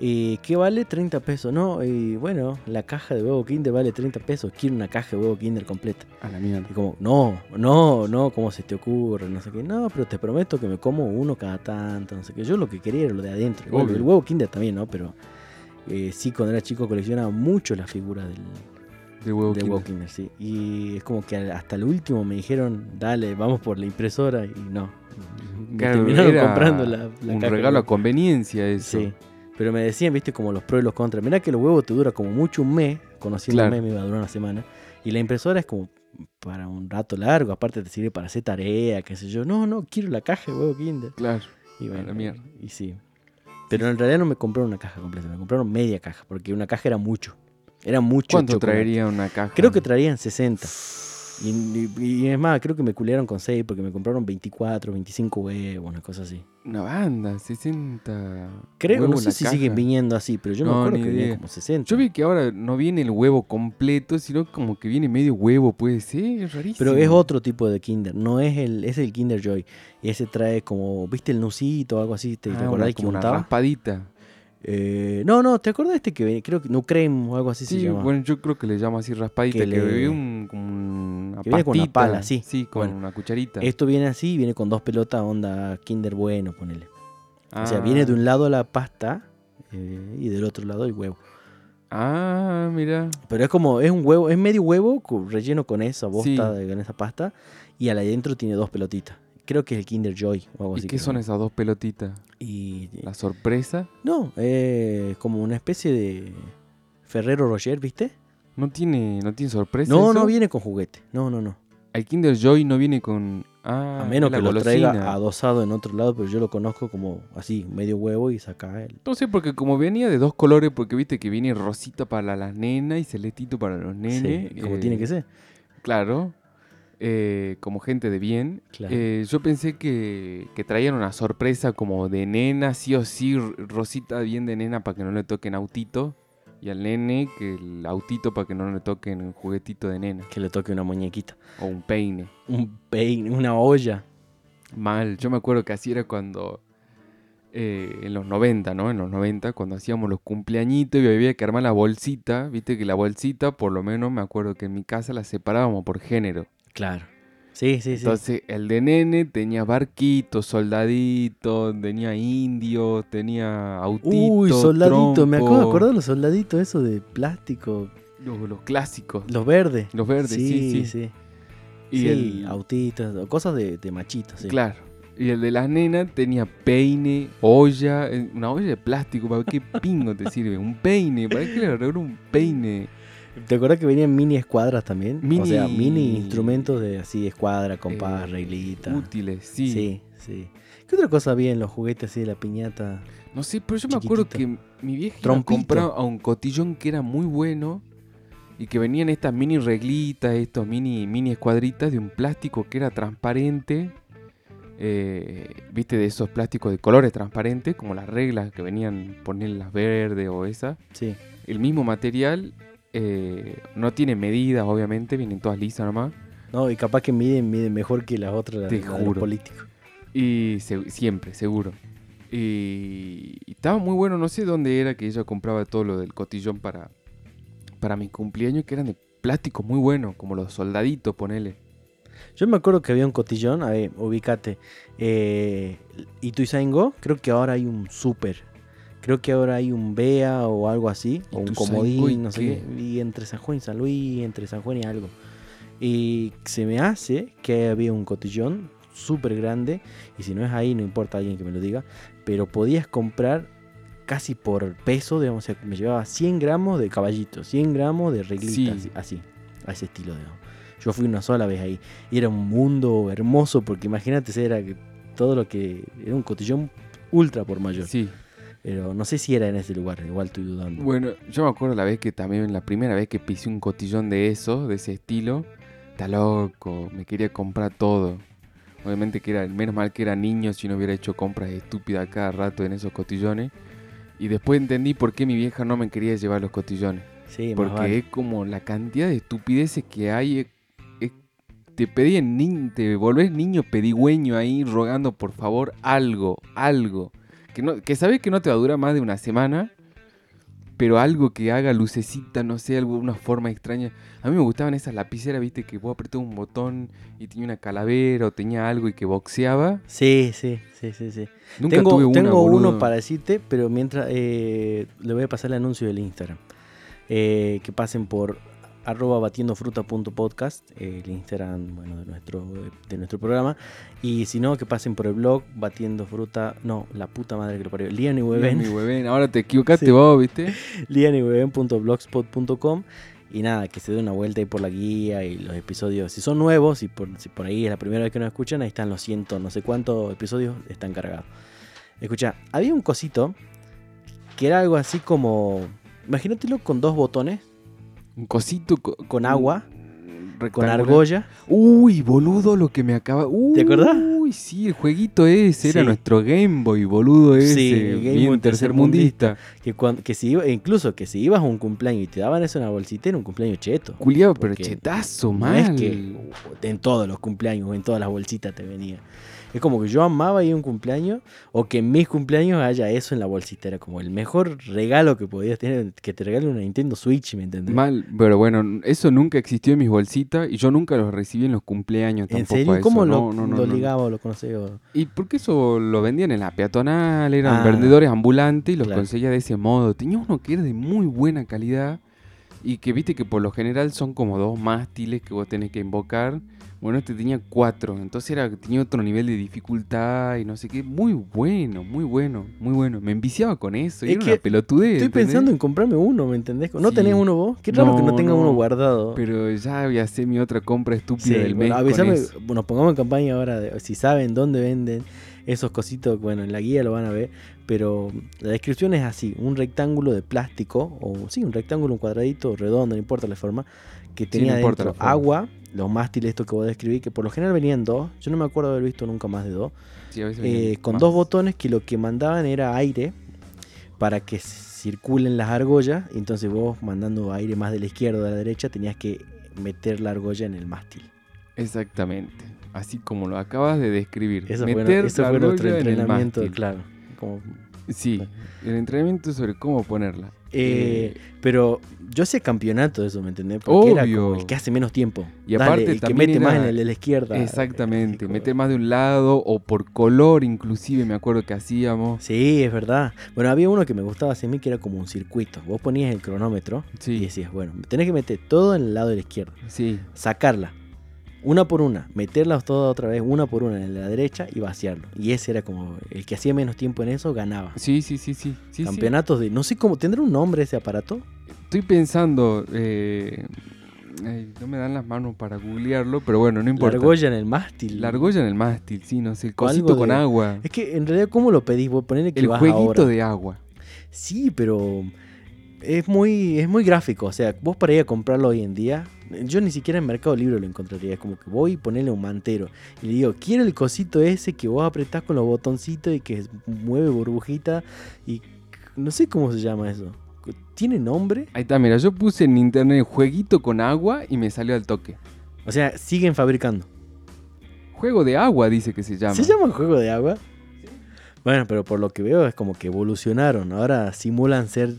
Speaker 2: Eh, ¿Qué vale? 30 pesos. No, y bueno, la caja de huevo Kinder vale 30 pesos. Quiero una caja de huevo Kinder completa.
Speaker 1: A la mierda.
Speaker 2: Y como, no, no, no, ¿cómo se te ocurre? No sé qué. No, pero te prometo que me como uno cada tanto, no sé qué. Yo lo que quería era lo de adentro. Igual,
Speaker 1: Obvio.
Speaker 2: el huevo Kinder también, ¿no? Pero eh, sí, cuando era chico coleccionaba mucho las figuras del,
Speaker 1: De huevo.
Speaker 2: del
Speaker 1: Kinder.
Speaker 2: huevo Kinder, sí. Y es como que al- hasta el último me dijeron, dale, vamos por la impresora. Y no. Me
Speaker 1: Claro,
Speaker 2: terminaron
Speaker 1: era
Speaker 2: comprando la, la
Speaker 1: un
Speaker 2: caja de
Speaker 1: regalo a
Speaker 2: huevo.
Speaker 1: conveniencia eso.
Speaker 2: Sí. Pero me decían, viste, como los pros y los contras. Mirá que los huevos te dura como mucho un mes. Conociéndome
Speaker 1: Claro.
Speaker 2: me iba a durar una semana. Y la impresora es como para un rato largo. Aparte te sirve para hacer tarea, qué sé yo. No, no, quiero la caja de huevo kinder.
Speaker 1: Claro.
Speaker 2: Y
Speaker 1: la mierda.
Speaker 2: Y sí. Pero en realidad no me compraron una caja completa. Me compraron media caja. Porque una caja era mucho. Era mucho
Speaker 1: ¿Cuánto
Speaker 2: chocolate.
Speaker 1: traería una caja?
Speaker 2: Creo que traían 60. Y, y- y es más, creo que me culearon con 6 porque me compraron 24, 25 huevos, una cosa así.
Speaker 1: Una banda, 60.
Speaker 2: Creo, no
Speaker 1: huevos
Speaker 2: sé
Speaker 1: en
Speaker 2: si
Speaker 1: la
Speaker 2: siguen
Speaker 1: caja.
Speaker 2: viniendo así, pero yo me
Speaker 1: No,
Speaker 2: acuerdo
Speaker 1: ni
Speaker 2: que venían
Speaker 1: idea.
Speaker 2: como 60.
Speaker 1: Yo vi que ahora no viene el huevo completo, sino como que viene medio huevo, puede ser, es rarísimo.
Speaker 2: Pero es otro tipo de Kinder, no es el, es el Kinder Joy. Y ese trae como, ¿viste el nucito o algo así? ¿Te,
Speaker 1: Ah,
Speaker 2: te
Speaker 1: una-
Speaker 2: acordás que
Speaker 1: como una
Speaker 2: untaba?
Speaker 1: raspadita.
Speaker 2: Eh, no, no, ¿te acordás de este que venía? Creo que Nucrem o algo así
Speaker 1: Sí,
Speaker 2: se llama.
Speaker 1: bueno, yo creo que le llama así raspadita, que,
Speaker 2: Que le-
Speaker 1: bebé un, como una
Speaker 2: que viene con una
Speaker 1: pastita,
Speaker 2: pala, sí.
Speaker 1: Sí, con
Speaker 2: Bueno.
Speaker 1: una cucharita.
Speaker 2: Esto viene así, viene con dos pelotas onda Kinder bueno, ponele. O sea,
Speaker 1: Ah.
Speaker 2: viene de un lado la pasta eh, y del otro lado el huevo.
Speaker 1: Ah, mira.
Speaker 2: Pero es como, es un huevo, es medio huevo co- relleno con esa bosta,
Speaker 1: Sí.
Speaker 2: de- con esa pasta. Y al adentro tiene dos pelotitas. Creo que es el Kinder Joy o algo
Speaker 1: ¿Y
Speaker 2: así.
Speaker 1: qué
Speaker 2: creo.
Speaker 1: son esas dos pelotitas?
Speaker 2: Y,
Speaker 1: La sorpresa
Speaker 2: no, eh, como una especie de Ferrero Roger, ¿viste?
Speaker 1: no tiene, no tiene sorpresa.
Speaker 2: No,
Speaker 1: eso?
Speaker 2: no viene con juguete. No, no, no.
Speaker 1: El Kinder Joy no viene con. Ah,
Speaker 2: a menos
Speaker 1: la
Speaker 2: que lo
Speaker 1: golosina.
Speaker 2: traiga adosado en otro lado, pero yo lo conozco como así, medio huevo y saca el.
Speaker 1: No sé, porque como venía de dos colores, porque viste que viene rosita para las nenas y celestito para los nenes.
Speaker 2: Sí, como
Speaker 1: eh,
Speaker 2: tiene que ser.
Speaker 1: Claro. eh, como gente de bien.
Speaker 2: Claro.
Speaker 1: eh, yo pensé que, que traían una sorpresa como de nena, sí o sí, r- rosita bien de nena para que no le toquen autito. Y al nene que el autito para que no le toquen un juguetito de nena.
Speaker 2: Que le toque una muñequita.
Speaker 1: O un peine.
Speaker 2: Un peine, una olla.
Speaker 1: Mal. Yo me acuerdo que así era cuando... eh, en los 90, ¿no? En los 90, cuando hacíamos los cumpleañitos y había que armar la bolsita. Viste que la bolsita, por lo menos me acuerdo que en mi casa la separábamos por género.
Speaker 2: Claro. Sí, sí, sí.
Speaker 1: Entonces, el de nene tenía barquitos, soldaditos, tenía indios, tenía autitos.
Speaker 2: Uy, soldadito. Me acabo de
Speaker 1: trompos,
Speaker 2: acordar de los soldaditos, eso de plástico.
Speaker 1: Los, los clásicos,
Speaker 2: Los verdes.
Speaker 1: los verdes, sí, sí. Y
Speaker 2: Sí,
Speaker 1: el,
Speaker 2: autitos, o cosas de, de machitos. sí.
Speaker 1: Claro. Y el de las nenas tenía peine, olla, eh, una olla de plástico. ¿Para qué pingo te sirve? Un peine. ¿Para qué le agarraron un peine?
Speaker 2: ¿Te acuerdas que venían mini escuadras también? O sea,
Speaker 1: Mini-
Speaker 2: mini instrumentos de así, escuadra, compás,
Speaker 1: Eh,
Speaker 2: reglita.
Speaker 1: Útiles, sí.
Speaker 2: Sí. sí, ¿Qué otra cosa había en los juguetes así de la piñata?
Speaker 1: No sé, pero yo me acuerdo que
Speaker 2: Chiquitito.
Speaker 1: mi vieja iba a
Speaker 2: Trompito.
Speaker 1: comprar a un cotillón que era muy bueno y que venían estas mini reglitas, estos mini, mini escuadritas de un plástico que era transparente. eh, Viste, de esos plásticos de colores transparentes, como las reglas que venían poner las verdes o esas.
Speaker 2: Sí.
Speaker 1: el mismo material. eh, no tiene medidas, obviamente, vienen todas lisas nomás.
Speaker 2: No, y capaz que miden, miden mejor que las otras, la-
Speaker 1: Te
Speaker 2: la de los
Speaker 1: juro.
Speaker 2: políticos.
Speaker 1: Y se- siempre, seguro. Y, y estaba muy bueno, no sé dónde era que ella compraba todo lo del cotillón para, para mi cumpleaños, que eran de plástico muy bueno, como los soldaditos, ponele.
Speaker 2: Yo me acuerdo que había un cotillón, a ver, ubicate. Eh, Ituzaingó, creo que ahora hay un súper. Creo que ahora hay un BEA o algo así, o un
Speaker 1: Ituzaingó y
Speaker 2: comodín, no sé
Speaker 1: qué.
Speaker 2: qué. Y entre San Juan y San Luis, entre San Juan y algo. Y se me hace que había un cotillón súper grande, y si no es ahí, no importa alguien que me lo diga, pero podías comprar casi por peso, digamos, o sea, me llevaba 100 gramos de caballito, 100 gramos de reglitas,
Speaker 1: Sí.
Speaker 2: así, a ese estilo, digamos. Yo fui una sola vez ahí. Y era un mundo hermoso, porque imagínate, era que- todo lo que. Era un cotillón ultra por mayor.
Speaker 1: Sí.
Speaker 2: Pero no sé si era en ese lugar, igual estoy dudando.
Speaker 1: Bueno, yo me acuerdo la vez que también, la primera vez que pisé un cotillón de esos, de ese estilo, está loco, me quería comprar todo. Obviamente que era, menos mal que era niño si no hubiera hecho compras estúpidas cada rato en esos cotillones. Y después entendí por qué mi vieja no me quería llevar los cotillones.
Speaker 2: sí, más
Speaker 1: Porque
Speaker 2: vale.
Speaker 1: es como la cantidad de estupideces que hay. es- es- te pedí en niño, te volvés niño pedigüeño ahí rogando por favor algo, algo. Que, no, que sabés que no te va a durar más de una semana, pero algo que haga lucecita, no sé, alguna forma extraña. A mí me gustaban esas lapiceras, viste, que vos apretabas un botón y tenía una calavera o tenía algo y que boxeaba.
Speaker 2: Sí, sí, sí, sí. sí.
Speaker 1: Nunca
Speaker 2: tengo
Speaker 1: tuve una,
Speaker 2: tengo uno
Speaker 1: boludo.
Speaker 2: para decirte, pero mientras. eh, le voy a pasar el anuncio del Instagram. Eh, que pasen por arroba batiendofruta.podcast, eh, el Instagram bueno, de, nuestro, de nuestro programa. Y si no, que pasen por el blog Batiendo Fruta. No, la puta madre que lo parió. Lian y Weben.
Speaker 1: Mi huevén, Ahora te equivocaste
Speaker 2: Sí.
Speaker 1: vos, viste.
Speaker 2: lianyweben.blogspot.com y nada, que se den una vuelta ahí por la guía y los episodios. Si son nuevos y por, si por ahí es la primera vez que nos escuchan, ahí están los cientos, no sé cuántos episodios están cargados. Escucha, había un cosito que era algo así como. Imagínatelo con dos botones,
Speaker 1: Un cosito co-
Speaker 2: con agua, con
Speaker 1: rectangular.
Speaker 2: argolla.
Speaker 1: Uy, boludo, lo que me acaba. Uy,
Speaker 2: ¿Te acordás?
Speaker 1: Uy, sí, el jueguito ese era
Speaker 2: Sí.
Speaker 1: nuestro Game Boy, boludo ese.
Speaker 2: Sí, el Game
Speaker 1: bien
Speaker 2: Boy
Speaker 1: tercermundista.
Speaker 2: Que, cuan- que si iba- incluso que si ibas a un cumpleaños y te daban eso en una bolsita, era un cumpleaños cheto.
Speaker 1: Culiaba, pero
Speaker 2: Porque
Speaker 1: chetazo,
Speaker 2: No
Speaker 1: mal.
Speaker 2: es que en todos los cumpleaños, en todas las bolsitas te venía. Es como que yo amaba ir a un cumpleaños o que en mis cumpleaños haya eso en la bolsita. Era como el mejor regalo que podías tener, que te regalen una Nintendo Switch, ¿me entendés?
Speaker 1: Mal, pero bueno, eso nunca existió en mis bolsitas y yo nunca los recibí en los cumpleaños
Speaker 2: ¿En
Speaker 1: tampoco.
Speaker 2: serio?
Speaker 1: a eso.
Speaker 2: ¿Cómo lo,
Speaker 1: No, no, no,
Speaker 2: lo
Speaker 1: no.
Speaker 2: ligaba o lo conocía? o-
Speaker 1: ¿Y por qué eso lo vendían en la peatonal? Eran
Speaker 2: Ah,
Speaker 1: vendedores ambulantes y los
Speaker 2: claro.
Speaker 1: conseguía de ese modo. Tenía uno que era de muy buena calidad y que viste que por lo general son como dos mástiles que vos tenés que invocar. Bueno, este tenía cuatro, entonces era, tenía otro nivel de dificultad y no sé qué. Muy bueno, muy bueno, muy bueno. Me enviciaba con eso. y
Speaker 2: Es
Speaker 1: era
Speaker 2: que
Speaker 1: una pelotudez.
Speaker 2: Estoy
Speaker 1: ¿entendés?
Speaker 2: pensando en comprarme uno, ¿me entendés? ¿No
Speaker 1: Sí.
Speaker 2: tenés uno vos? Qué raro que no
Speaker 1: No,
Speaker 2: tenga
Speaker 1: no.
Speaker 2: uno guardado.
Speaker 1: Pero ya había hacer mi otra compra
Speaker 2: Sí,
Speaker 1: estúpida del mes.
Speaker 2: bueno,
Speaker 1: con
Speaker 2: avísame,
Speaker 1: eso.
Speaker 2: nos pongamos en campaña ahora, de- si saben dónde venden esos cositos, bueno, en la guía lo van a ver, pero la descripción es así, un rectángulo de plástico, o sí, un rectángulo, un cuadradito, redondo, no importa la forma, que tenía
Speaker 1: no importa la
Speaker 2: dentro
Speaker 1: forma.
Speaker 2: agua, los mástiles estos que vos describí, que por lo general venían dos, yo no me acuerdo haber visto nunca más de dos,
Speaker 1: Sí, a veces
Speaker 2: eh,
Speaker 1: venían
Speaker 2: con
Speaker 1: más.
Speaker 2: dos botones que lo que mandaban era aire para que si circulen las argollas, y entonces vos mandando aire más de la izquierda o de la derecha tenías que meter la argolla en el mástil.
Speaker 1: Exactamente. Así como lo acabas de describir.
Speaker 2: Eso fue,
Speaker 1: Meter
Speaker 2: eso
Speaker 1: la
Speaker 2: fue nuestro
Speaker 1: argolla en el
Speaker 2: entrenamiento,
Speaker 1: mástil.
Speaker 2: claro. Eh, como-
Speaker 1: Sí, el entrenamiento sobre cómo ponerla.
Speaker 2: Eh,
Speaker 1: Eh,
Speaker 2: pero yo hacía campeonato de eso, ¿me entendés? Porque era
Speaker 1: Obvio.
Speaker 2: como el que hace menos tiempo.
Speaker 1: Y
Speaker 2: Dale,
Speaker 1: aparte
Speaker 2: el que
Speaker 1: también
Speaker 2: mete más en
Speaker 1: era-
Speaker 2: el de la izquierda.
Speaker 1: Exactamente,
Speaker 2: Eh,
Speaker 1: meter más de un lado o por color inclusive, me acuerdo que hacíamos.
Speaker 2: Sí, es verdad. Bueno, había uno que me gustaba hacer a mí que era como un circuito. Vos ponías el cronómetro y
Speaker 1: Sí,
Speaker 2: decías, bueno, tenés que meter todo en el lado de la izquierda,
Speaker 1: sí,
Speaker 2: sacarla, una por una, meterlas todas otra vez, una por una en la derecha y vaciarlo. Y ese era como el que hacía menos tiempo en eso ganaba.
Speaker 1: sí, sí, sí, sí. sí, sí.
Speaker 2: Campeonatos de, no sé cómo, ¿tendrá un nombre ese aparato?
Speaker 1: Estoy pensando, eh, ay, no me dan las manos para googlearlo, pero bueno, no
Speaker 2: La
Speaker 1: importa.
Speaker 2: argolla en el mástil.
Speaker 1: La argolla en el mástil, sí, no sé, el
Speaker 2: O algo
Speaker 1: cosito con
Speaker 2: de-
Speaker 1: agua.
Speaker 2: Es que en realidad, ¿cómo lo pedís? Vos ponerle que
Speaker 1: El
Speaker 2: vas
Speaker 1: jueguito
Speaker 2: ahora.
Speaker 1: de agua.
Speaker 2: Sí, pero es muy, es muy gráfico. O sea, vos para ir a comprarlo hoy en día, yo ni siquiera en Mercado Libre lo encontraría. Es como que voy y ponerle un mantero. Y le digo, quiero el cosito ese que vos apretás con los botoncitos y que mueve burbujita. Y no sé cómo se llama eso. ¿Tiene nombre?
Speaker 1: Ahí está, mira, yo puse en internet jueguito con agua y me salió al toque.
Speaker 2: O sea, siguen fabricando.
Speaker 1: Juego de agua dice que se llama.
Speaker 2: ¿Se llama juego de agua? Bueno, pero por lo que veo es como que evolucionaron. Ahora simulan ser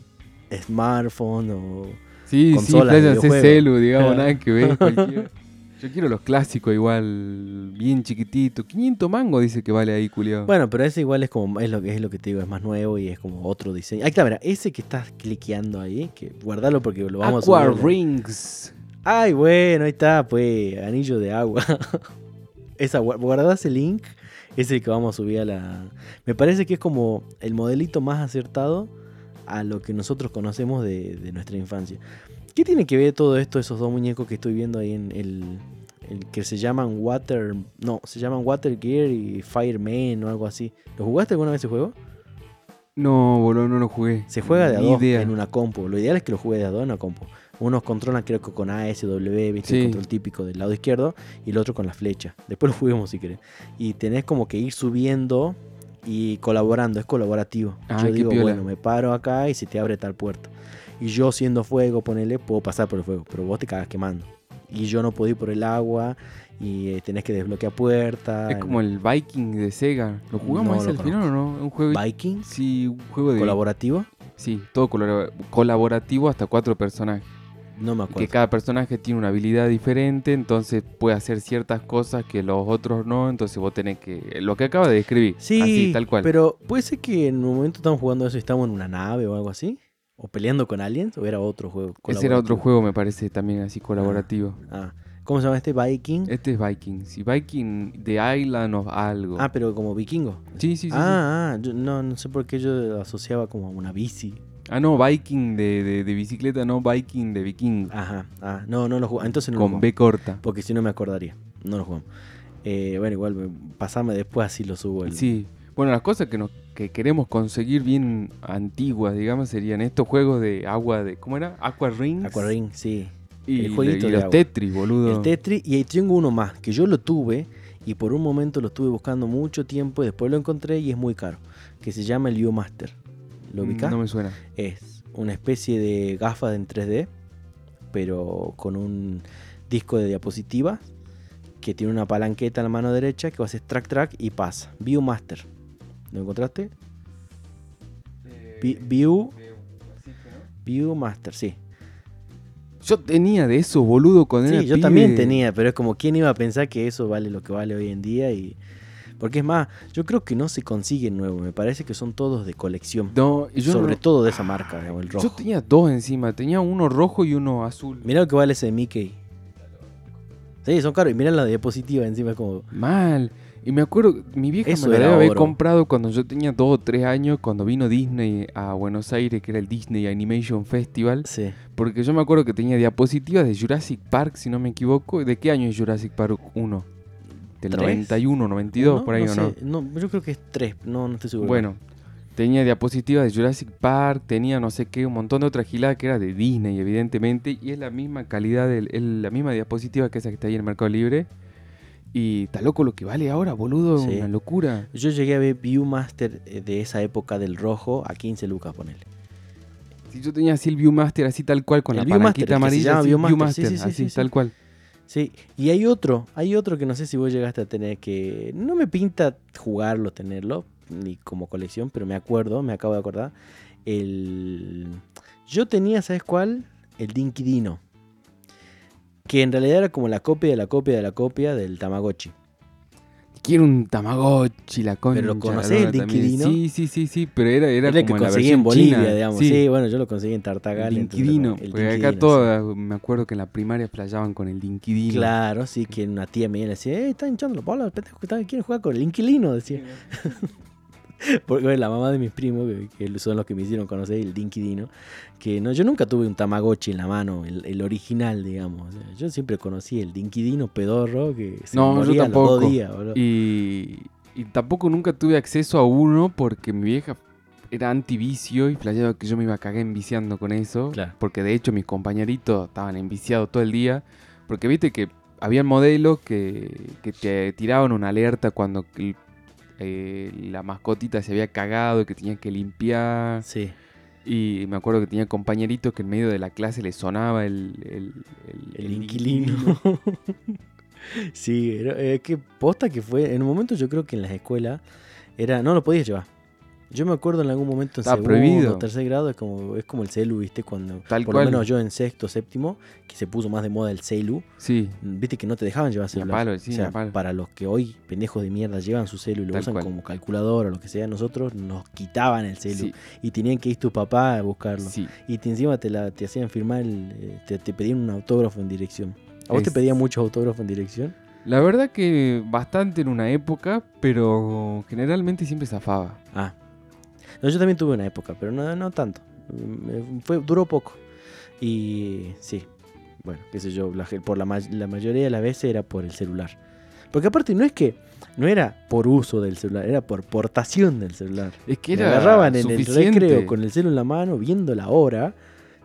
Speaker 2: smartphone o...
Speaker 1: Sí,
Speaker 2: Consola,
Speaker 1: sí, Playan C
Speaker 2: videojuego.
Speaker 1: Celu, digamos, nada que ver, cualquiera. Yo quiero los clásicos igual, bien chiquitito. 500 mango dice que vale ahí, culiao.
Speaker 2: Bueno, pero ese igual es como es lo que es lo que te digo, es más nuevo y es como otro diseño. Ahí está, mira, ese que estás cliqueando ahí, que guardalo porque lo vamos
Speaker 1: Aqua
Speaker 2: a subir.
Speaker 1: Rings.
Speaker 2: Ay, bueno, ahí está, pues, anillo de agua. Esa gua- guardás el link, es el que vamos a subir a la Me parece que es como el modelito más acertado a lo que nosotros conocemos de, de nuestra infancia. ¿Qué tiene que ver todo esto, esos dos muñecos que estoy viendo ahí en el, el que se llaman Water, no, se llaman Water Gear y Fireman o algo así? ¿Lo jugaste alguna vez ese juego?
Speaker 1: No, boludo, no lo jugué.
Speaker 2: Se juega de a
Speaker 1: Ni
Speaker 2: dos
Speaker 1: idea.
Speaker 2: en una compu. Lo ideal es que lo juegue de a dos en una compu. Unos controlan, creo que con ASW, ¿viste?
Speaker 1: Sí.
Speaker 2: El control típico del lado izquierdo. Y el otro con la flecha. Después lo juguemos si querés. Y tenés como que ir subiendo y colaborando. Es colaborativo.
Speaker 1: Ah,
Speaker 2: yo
Speaker 1: qué
Speaker 2: digo,
Speaker 1: piola.
Speaker 2: bueno, me paro acá y se te abre tal puerta. Y yo siendo fuego, ponele, puedo pasar por el fuego. Pero vos te cagas quemando. Y yo no puedo ir por el agua. Y eh, tenés que desbloquear puertas.
Speaker 1: Es como el Viking de Sega. ¿Lo jugamos
Speaker 2: No
Speaker 1: ese
Speaker 2: lo
Speaker 1: al final o no? Un juego.
Speaker 2: Vikings.
Speaker 1: Sí, un juego de.
Speaker 2: Colaborativo.
Speaker 1: Sí, todo colora- colaborativo hasta cuatro personajes.
Speaker 2: No me
Speaker 1: Y que
Speaker 2: acuerdo.
Speaker 1: cada personaje tiene una habilidad diferente, entonces puede hacer ciertas cosas que los otros no, entonces vos tenés que. Lo que acaba de describir.
Speaker 2: Sí,
Speaker 1: Así, tal cual.
Speaker 2: pero puede ser que en un momento estamos jugando eso y estamos en una nave o algo así. O peleando con aliens, o era otro juego.
Speaker 1: Ese era otro
Speaker 2: colaborativo?
Speaker 1: juego, me parece, también así colaborativo.
Speaker 2: Ah, ¿Cómo se llama este? Viking.
Speaker 1: Este es Viking. Si Viking The Island of algo.
Speaker 2: Ah, pero como vikingo.
Speaker 1: sí, sí, sí. sí. Ah,
Speaker 2: ah, ah, yo- no, no sé por qué yo lo asociaba como a una bici.
Speaker 1: Ah, no, Viking de, de- de bicicleta, no, Viking de vikingo.
Speaker 2: Ajá, ah, no, no lo jugaba. Entonces no lo
Speaker 1: con
Speaker 2: jugamos,
Speaker 1: B corta.
Speaker 2: Porque si no me acordaría. No lo jugamos. Eh, bueno, igual, me- pasame después así lo subo. el-
Speaker 1: Sí. Bueno, las cosas que, nos, que queremos conseguir bien antiguas, digamos, serían estos juegos de agua de... ¿Cómo era? Aqua Rings.
Speaker 2: Aquaring, sí.
Speaker 1: Y,
Speaker 2: el jueguito
Speaker 1: y
Speaker 2: de
Speaker 1: los
Speaker 2: agua.
Speaker 1: Tetris, boludo.
Speaker 2: El Tetris y ahí tengo uno más, que yo lo tuve y por un momento lo estuve buscando mucho tiempo y después lo encontré y es muy caro, que se llama el U Master. ¿Lo
Speaker 1: Mm,
Speaker 2: ubicás?
Speaker 1: No me suena.
Speaker 2: Es una especie de gafas en 3D, pero con un disco de diapositiva que tiene una palanqueta en la mano derecha que va a hacer track track y pasa. View Master. ¿Lo encontraste?
Speaker 1: Eh,
Speaker 2: Vi- View View Master, sí.
Speaker 1: Yo tenía de esos, boludo, cuando era
Speaker 2: Sí, yo
Speaker 1: pibe.
Speaker 2: también tenía, pero es como quién iba a pensar que eso vale lo que vale hoy en día y porque es más, yo creo que no se consiguen nuevos, me parece que son todos de colección,
Speaker 1: No, y yo
Speaker 2: sobre
Speaker 1: no-
Speaker 2: todo de esa marca, digamos, el rojo.
Speaker 1: Yo tenía dos encima. Tenía uno rojo y uno azul.
Speaker 2: Mirá lo que vale ese de Mickey. Sí, son caros y mirá la diapositiva encima es como
Speaker 1: Mal. Y me acuerdo, mi vieja
Speaker 2: Eso
Speaker 1: me lo
Speaker 2: era
Speaker 1: debe haber
Speaker 2: oro.
Speaker 1: comprado cuando yo tenía dos o tres años, cuando vino Disney a Buenos Aires, que era el Disney Animation Festival.
Speaker 2: sí.
Speaker 1: Porque yo me acuerdo que tenía diapositivas de Jurassic Park, si no me equivoco. ¿De qué año es Jurassic Park 1? Del
Speaker 2: ¿Tres?
Speaker 1: 91, 92,
Speaker 2: Uno,
Speaker 1: por ahí
Speaker 2: no
Speaker 1: o
Speaker 2: sé, no, yo creo que es tres, no no estoy
Speaker 1: no.
Speaker 2: seguro.
Speaker 1: Bueno, tenía diapositivas de Jurassic Park, tenía no sé qué, un montón de otra gilada que era de Disney, evidentemente. Y es la misma calidad, del- es la misma diapositiva que esa que está ahí en el Mercado Libre. Y está loco lo que vale ahora, boludo,
Speaker 2: Sí.
Speaker 1: una locura.
Speaker 2: Yo llegué a ver Viewmaster eh, de esa época del rojo a 15 lucas, ponele.
Speaker 1: Si yo tenía así el Viewmaster así tal cual con la
Speaker 2: El
Speaker 1: palanquita
Speaker 2: Viewmaster, que se
Speaker 1: amarilla,
Speaker 2: llama
Speaker 1: así,
Speaker 2: Viewmaster,
Speaker 1: Viewmaster,
Speaker 2: sí, sí, sí,
Speaker 1: así
Speaker 2: sí, sí.
Speaker 1: tal cual.
Speaker 2: Sí, y hay otro, hay otro que no sé si vos llegaste a tener, que no me pinta jugarlo, tenerlo, ni como colección, pero me acuerdo, me acabo de acordar. El... Yo tenía, ¿sabes cuál? El Dinky Dino. Que en realidad era como la copia de la copia de la copia del Tamagotchi.
Speaker 1: Quiero un Tamagotchi, la concha.
Speaker 2: Pero lo
Speaker 1: la
Speaker 2: conocés,
Speaker 1: lora
Speaker 2: el Dinky
Speaker 1: también.
Speaker 2: Dino.
Speaker 1: Sí, sí, sí, sí, pero era, era
Speaker 2: Era el que
Speaker 1: como la
Speaker 2: conseguí
Speaker 1: versión
Speaker 2: en Bolivia,
Speaker 1: china.
Speaker 2: digamos.
Speaker 1: Sí,
Speaker 2: Sí. bueno, yo lo conseguí en Tartagal.
Speaker 1: el
Speaker 2: entonces, bueno,
Speaker 1: Dinquidino.
Speaker 2: el
Speaker 1: Porque
Speaker 2: Dinky
Speaker 1: acá
Speaker 2: Dino, sí.
Speaker 1: todas, me acuerdo que en la primaria playaban con el Dinquidino.
Speaker 2: Claro, sí, que una tía me decía, eh, están hinchando los bolas, pendejo, que están- quieren jugar con el inquilino, decía. Porque bueno, la mamá de mis primos, que, que son los que me hicieron conocer el Dinky Dino, que no, yo nunca tuve un Tamagotchi en la mano, el, el original, digamos. O sea, yo siempre conocí el Dinky Dino pedorro que se
Speaker 1: No, yo
Speaker 2: moría a los dos
Speaker 1: tampoco.
Speaker 2: días, boludo.
Speaker 1: Y, y tampoco nunca tuve acceso a uno porque mi vieja era antivicio y flasheaba que yo me iba a cagar enviciando con eso.
Speaker 2: Claro.
Speaker 1: Porque de hecho mis compañeritos estaban enviciados todo el día. Porque viste que había modelos que, que te tiraban una alerta cuando el- eh, la mascotita se había cagado y que tenías que limpiar.
Speaker 2: Sí,
Speaker 1: Y me acuerdo que tenía compañeritos que en medio de la clase les sonaba el... El,
Speaker 2: el,
Speaker 1: el
Speaker 2: inquilino. sí, era- eh, que posta que fue, en un momento yo creo que en las escuelas era, no lo podías llevar. Yo me acuerdo en algún momento en
Speaker 1: Estaba
Speaker 2: segundo,
Speaker 1: prohibido.
Speaker 2: tercer grado, es como, es como el celu, ¿viste? Cuando,
Speaker 1: Tal
Speaker 2: por
Speaker 1: cual.
Speaker 2: lo menos yo en sexto, séptimo, que se puso más de moda el celu,
Speaker 1: Sí,
Speaker 2: Viste que no te dejaban
Speaker 1: Ni
Speaker 2: llevar
Speaker 1: a
Speaker 2: celular.
Speaker 1: palo, sí,
Speaker 2: O
Speaker 1: ni
Speaker 2: sea,
Speaker 1: a palo.
Speaker 2: para los que hoy, pendejos de mierda, llevan su celu y lo
Speaker 1: Tal
Speaker 2: usan
Speaker 1: cual.
Speaker 2: como calculadora o lo que sea, nosotros nos quitaban el celu
Speaker 1: sí,
Speaker 2: y tenían que ir tu papá a buscarlo.
Speaker 1: sí.
Speaker 2: Y te- encima te, la, te hacían firmar, el, eh, te, te pedían un autógrafo en dirección. ¿A vos te
Speaker 1: Es-
Speaker 2: pedían muchos autógrafos en dirección?
Speaker 1: La verdad que bastante en una época, pero generalmente siempre zafaba.
Speaker 2: Ah. No, yo también tuve una época, pero no, no tanto. Mm, eh, Fue, duró poco. Y sí, bueno, qué sé yo, la, gen- por la, ma- la mayoría de las veces era por el celular. Porque aparte no es que, no era por uso del celular, era por portación del celular.
Speaker 1: Es que
Speaker 2: Me
Speaker 1: era
Speaker 2: agarraban en el
Speaker 1: suficiente.
Speaker 2: recreo con el celular en la mano, viendo la hora.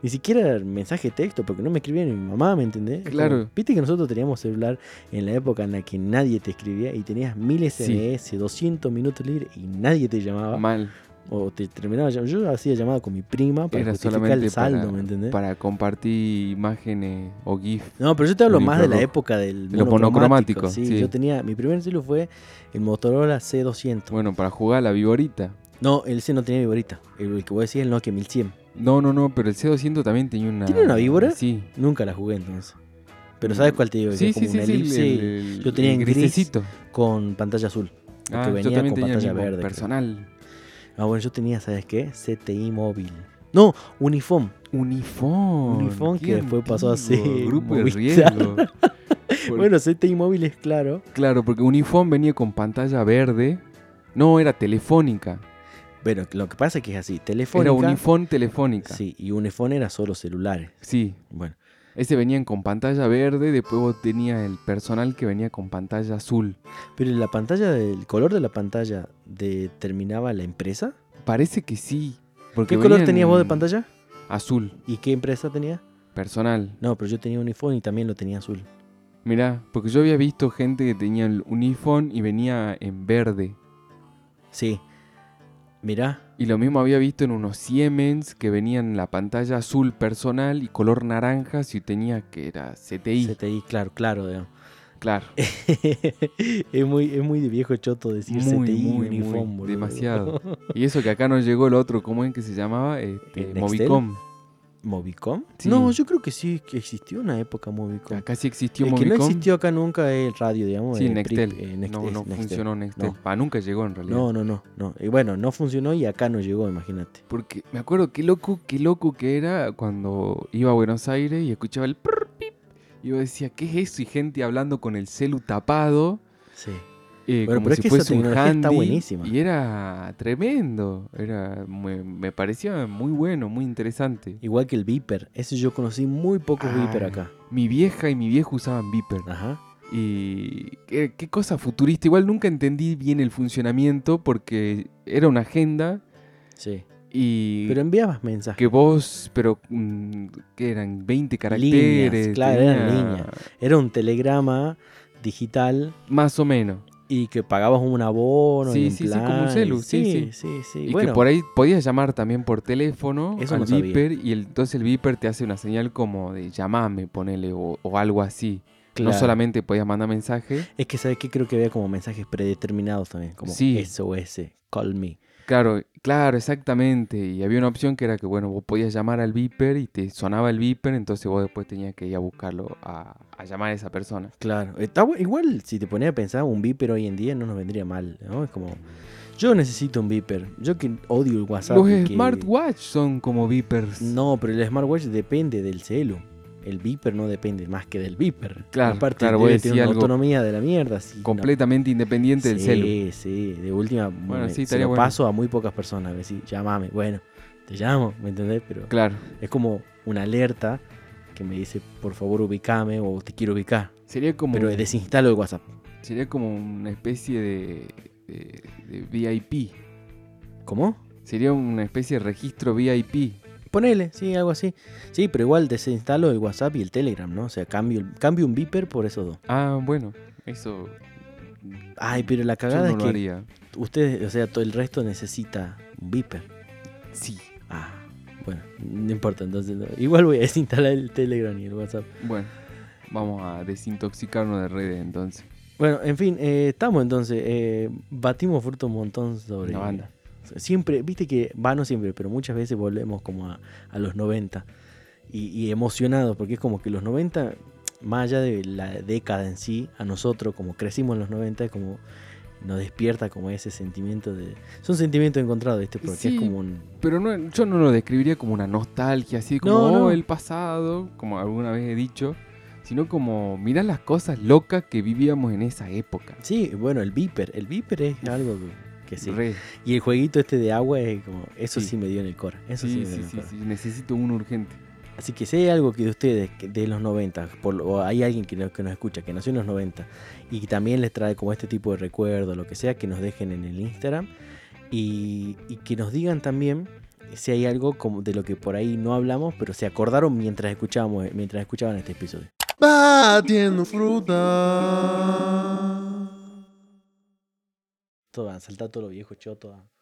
Speaker 2: Ni siquiera mensaje de texto, porque no me escribía ni mi mamá, ¿me entendés? Es
Speaker 1: Claro.
Speaker 2: como, Viste que nosotros teníamos celular en la época en la que nadie te escribía y tenías mil SMS, 200 minutos libres y nadie te llamaba.
Speaker 1: Mal.
Speaker 2: O te terminaba llam- Yo hacía llamada con mi prima para
Speaker 1: Era
Speaker 2: justificar
Speaker 1: solamente
Speaker 2: el saldo,
Speaker 1: para,
Speaker 2: ¿me entendés?
Speaker 1: para compartir imágenes o GIF.
Speaker 2: No, pero yo te hablo
Speaker 1: Con
Speaker 2: más de la
Speaker 1: infrarrojo.
Speaker 2: época del
Speaker 1: De lo monocromático,
Speaker 2: Sí,
Speaker 1: sí.
Speaker 2: yo tenía. Mi primer celular fue el Motorola C200.
Speaker 1: Bueno, para jugar a la viborita.
Speaker 2: No, el C no tenía viborita. El, el que vos decís el Nokia 1100.
Speaker 1: No, no, no, pero el C200 también tenía una...
Speaker 2: ¿Tiene una víbora?
Speaker 1: Sí.
Speaker 2: Nunca la jugué entonces. Pero
Speaker 1: Mm.
Speaker 2: ¿sabes cuál te digo? Que
Speaker 1: Sí,
Speaker 2: es
Speaker 1: sí,
Speaker 2: como
Speaker 1: sí,
Speaker 2: una
Speaker 1: sí, el-
Speaker 2: elipse
Speaker 1: el-
Speaker 2: Yo tenía
Speaker 1: el
Speaker 2: en gris.
Speaker 1: grisecito.
Speaker 2: con pantalla azul. que
Speaker 1: Ah,
Speaker 2: venía
Speaker 1: yo también
Speaker 2: con
Speaker 1: tenía el
Speaker 2: pantalla
Speaker 1: mismo,
Speaker 2: verde, creo.
Speaker 1: personal.
Speaker 2: Ah, bueno, yo tenía, ¿sabes qué? CTI móvil. No, Unifón.
Speaker 1: Unifón.
Speaker 2: Unifón
Speaker 1: qué
Speaker 2: que después pasó a
Speaker 1: antiguo,
Speaker 2: ser
Speaker 1: Grupo de
Speaker 2: Movistar.
Speaker 1: riesgo. Por-
Speaker 2: Bueno, CTI móvil es claro.
Speaker 1: Claro, porque Unifón venía con pantalla verde. No, era telefónica.
Speaker 2: Pero lo que pasa es que es así.
Speaker 1: Era
Speaker 2: Telefónica.
Speaker 1: Unifón telefónica. Sí.
Speaker 2: Sí, y Unifón era solo celulares. Bueno,
Speaker 1: Ese venían con pantalla verde, después vos tenías el personal que venía con pantalla azul.
Speaker 2: pero la pantalla, del color de la pantalla determinaba la empresa.
Speaker 1: Parece que sí. Porque
Speaker 2: ¿Qué color
Speaker 1: venían
Speaker 2: tenías vos de pantalla?
Speaker 1: Azul,
Speaker 2: ¿Y qué empresa tenía?
Speaker 1: personal.
Speaker 2: No, pero yo tenía Unifón y también lo tenía azul.
Speaker 1: Mirá, porque yo había visto gente que tenía el Unifón y venía en verde.
Speaker 2: Sí. Mirá,
Speaker 1: Y lo mismo había visto en unos Siemens que venían la pantalla azul personal y color naranja si tenía que era CTI.
Speaker 2: CTI, claro, claro. digamos.
Speaker 1: Claro,
Speaker 2: es, muy, es muy de viejo choto decir
Speaker 1: Muy,
Speaker 2: CTI
Speaker 1: muy,
Speaker 2: Unifón,
Speaker 1: muy,
Speaker 2: boludo.
Speaker 1: demasiado. y eso que acá nos llegó el otro, ¿cómo es que se llamaba? Este,
Speaker 2: ¿El Nextel?
Speaker 1: Movicom.
Speaker 2: ¿Movicom?
Speaker 1: Sí.
Speaker 2: No, yo creo que sí, que existió una época Movicom.
Speaker 1: Acá sí existió
Speaker 2: el que
Speaker 1: Movicom.
Speaker 2: no existió acá nunca es el radio, digamos.
Speaker 1: sí,
Speaker 2: el
Speaker 1: Nextel.
Speaker 2: PRIP, eh, Next-
Speaker 1: no,
Speaker 2: es
Speaker 1: no
Speaker 2: Nextel.
Speaker 1: funcionó Nextel.
Speaker 2: No.
Speaker 1: Pa, nunca llegó en realidad.
Speaker 2: No, no, no, no. Y bueno, no funcionó y acá no llegó, imagínate.
Speaker 1: Porque me acuerdo qué loco, qué loco que era cuando iba a Buenos Aires y escuchaba el prr, pip, y yo decía, ¿qué es eso? Y gente hablando con el celu tapado,
Speaker 2: Sí.
Speaker 1: eh,
Speaker 2: Bueno,
Speaker 1: como
Speaker 2: pero es
Speaker 1: si
Speaker 2: que esa
Speaker 1: fuese un
Speaker 2: tecnología está
Speaker 1: handy,
Speaker 2: buenísima.
Speaker 1: Y era tremendo, era me, me parecía muy bueno, muy interesante.
Speaker 2: Igual que el Viper. Ese yo conocí muy pocos
Speaker 1: Ah.
Speaker 2: Viper acá.
Speaker 1: Mi vieja y mi viejo usaban Viper.
Speaker 2: Ajá.
Speaker 1: Y qué, qué cosa futurista. Igual nunca entendí bien el funcionamiento porque era una agenda
Speaker 2: Sí.
Speaker 1: y
Speaker 2: Pero enviabas mensajes.
Speaker 1: que vos, pero mm, que eran 20
Speaker 2: Líneas,
Speaker 1: caracteres.
Speaker 2: claro, eran líneas. Era un telegrama digital
Speaker 1: Más o menos.
Speaker 2: Y que pagabas un abono.
Speaker 1: Sí,
Speaker 2: y un
Speaker 1: sí, sí, como un
Speaker 2: plan, y-
Speaker 1: celu, sí,
Speaker 2: sí,
Speaker 1: sí.
Speaker 2: sí.
Speaker 1: Y
Speaker 2: Bueno,
Speaker 1: que por ahí podías llamar también por teléfono
Speaker 2: Eso
Speaker 1: al
Speaker 2: no sabía.
Speaker 1: beeper y el- entonces el beeper te hace una señal como de llamame, ponele, o, o algo así. No
Speaker 2: claro.
Speaker 1: solamente podías mandar mensaje.
Speaker 2: Es que, ¿sabes qué? Creo que había como mensajes predeterminados también, como
Speaker 1: Sí.
Speaker 2: SOS, call me.
Speaker 1: Claro, claro, exactamente. Y había una opción que era que, bueno, vos podías llamar al beeper y te sonaba el beeper, entonces vos después tenías que ir a buscarlo, a, a llamar a esa persona.
Speaker 2: Claro, está bu- igual si te ponías a pensar un beeper hoy en día no nos vendría mal, ¿no? Es como yo necesito un beeper. Yo que odio el WhatsApp.
Speaker 1: Los
Speaker 2: y que-
Speaker 1: smartwatch son como beepers.
Speaker 2: No, pero el smartwatch depende del celu. El beeper no depende más que del beeper.
Speaker 1: Claro,
Speaker 2: Aparte
Speaker 1: claro, vos
Speaker 2: debe tener
Speaker 1: decís
Speaker 2: una
Speaker 1: algo
Speaker 2: autonomía de la mierda. sí, no.
Speaker 1: Completamente independiente del
Speaker 2: sí,
Speaker 1: celu.
Speaker 2: Sí, de última bueno,
Speaker 1: Bueno, sí,
Speaker 2: se
Speaker 1: estaría
Speaker 2: lo
Speaker 1: bueno.
Speaker 2: paso a muy pocas personas, que sí, llámame. Bueno, te llamo, ¿me entendés? Pero
Speaker 1: Claro.
Speaker 2: es como una alerta que me dice, por favor, ubicame o te quiero ubicar.
Speaker 1: Sería como,
Speaker 2: Pero desinstalo el WhatsApp.
Speaker 1: sería como una especie de, de- de VIP.
Speaker 2: ¿Cómo?
Speaker 1: Sería una especie de registro VIP.
Speaker 2: Ponele, sí, algo así. Sí, pero igual desinstalo el WhatsApp y el Telegram, ¿no? O sea, cambio, el- cambio un beeper por esos dos.
Speaker 1: Ah, bueno, eso
Speaker 2: Ay, pero la
Speaker 1: yo no
Speaker 2: cagada
Speaker 1: lo
Speaker 2: es que
Speaker 1: haría.
Speaker 2: ustedes, o sea, todo el resto necesita un beeper.
Speaker 1: Sí.
Speaker 2: Ah, bueno, no importa, entonces no. igual voy a desinstalar el Telegram y el WhatsApp.
Speaker 1: Bueno, vamos a desintoxicarnos de redes entonces.
Speaker 2: Bueno, en fin, eh, estamos entonces. eh, batimos fruto un montón sobre...
Speaker 1: Una banda.
Speaker 2: Siempre, viste que, va no siempre, pero muchas veces volvemos como a, a los 90 y, y emocionados, porque es como que los 90, más allá de la década en sí, a nosotros como crecimos en los 90, es como nos despierta como ese sentimiento de... Son sentimientos encontrados, ¿viste? Porque
Speaker 1: Sí.
Speaker 2: es como un...
Speaker 1: Pero no, yo no lo describiría como una nostalgia, así como
Speaker 2: No, no.
Speaker 1: "Oh, el pasado, como alguna vez he dicho, sino como mirá las cosas locas que vivíamos en esa época.
Speaker 2: Sí, bueno, el viper, el viper es algo que, que sí.
Speaker 1: Re.
Speaker 2: Y el jueguito este de agua es como... Eso sí,
Speaker 1: Sí.
Speaker 2: me dio en el core, eso sí,
Speaker 1: Sí,
Speaker 2: me dio
Speaker 1: sí,
Speaker 2: en el
Speaker 1: sí,
Speaker 2: core.
Speaker 1: sí, necesito uno urgente.
Speaker 2: Así que si hay algo que de ustedes, que de los 90, por lo- o hay alguien que, no- que nos escucha, que nació en los 90, y que también les trae como este tipo de recuerdos, lo que sea, que nos dejen en el Instagram, y, y que nos digan también si hay algo como de lo que por ahí no hablamos, pero se acordaron mientras escuchábamos, mientras escuchaban este episodio.
Speaker 3: Batiendo fruta.
Speaker 2: Todo, a saltar todo lo viejo, choto. ah. a-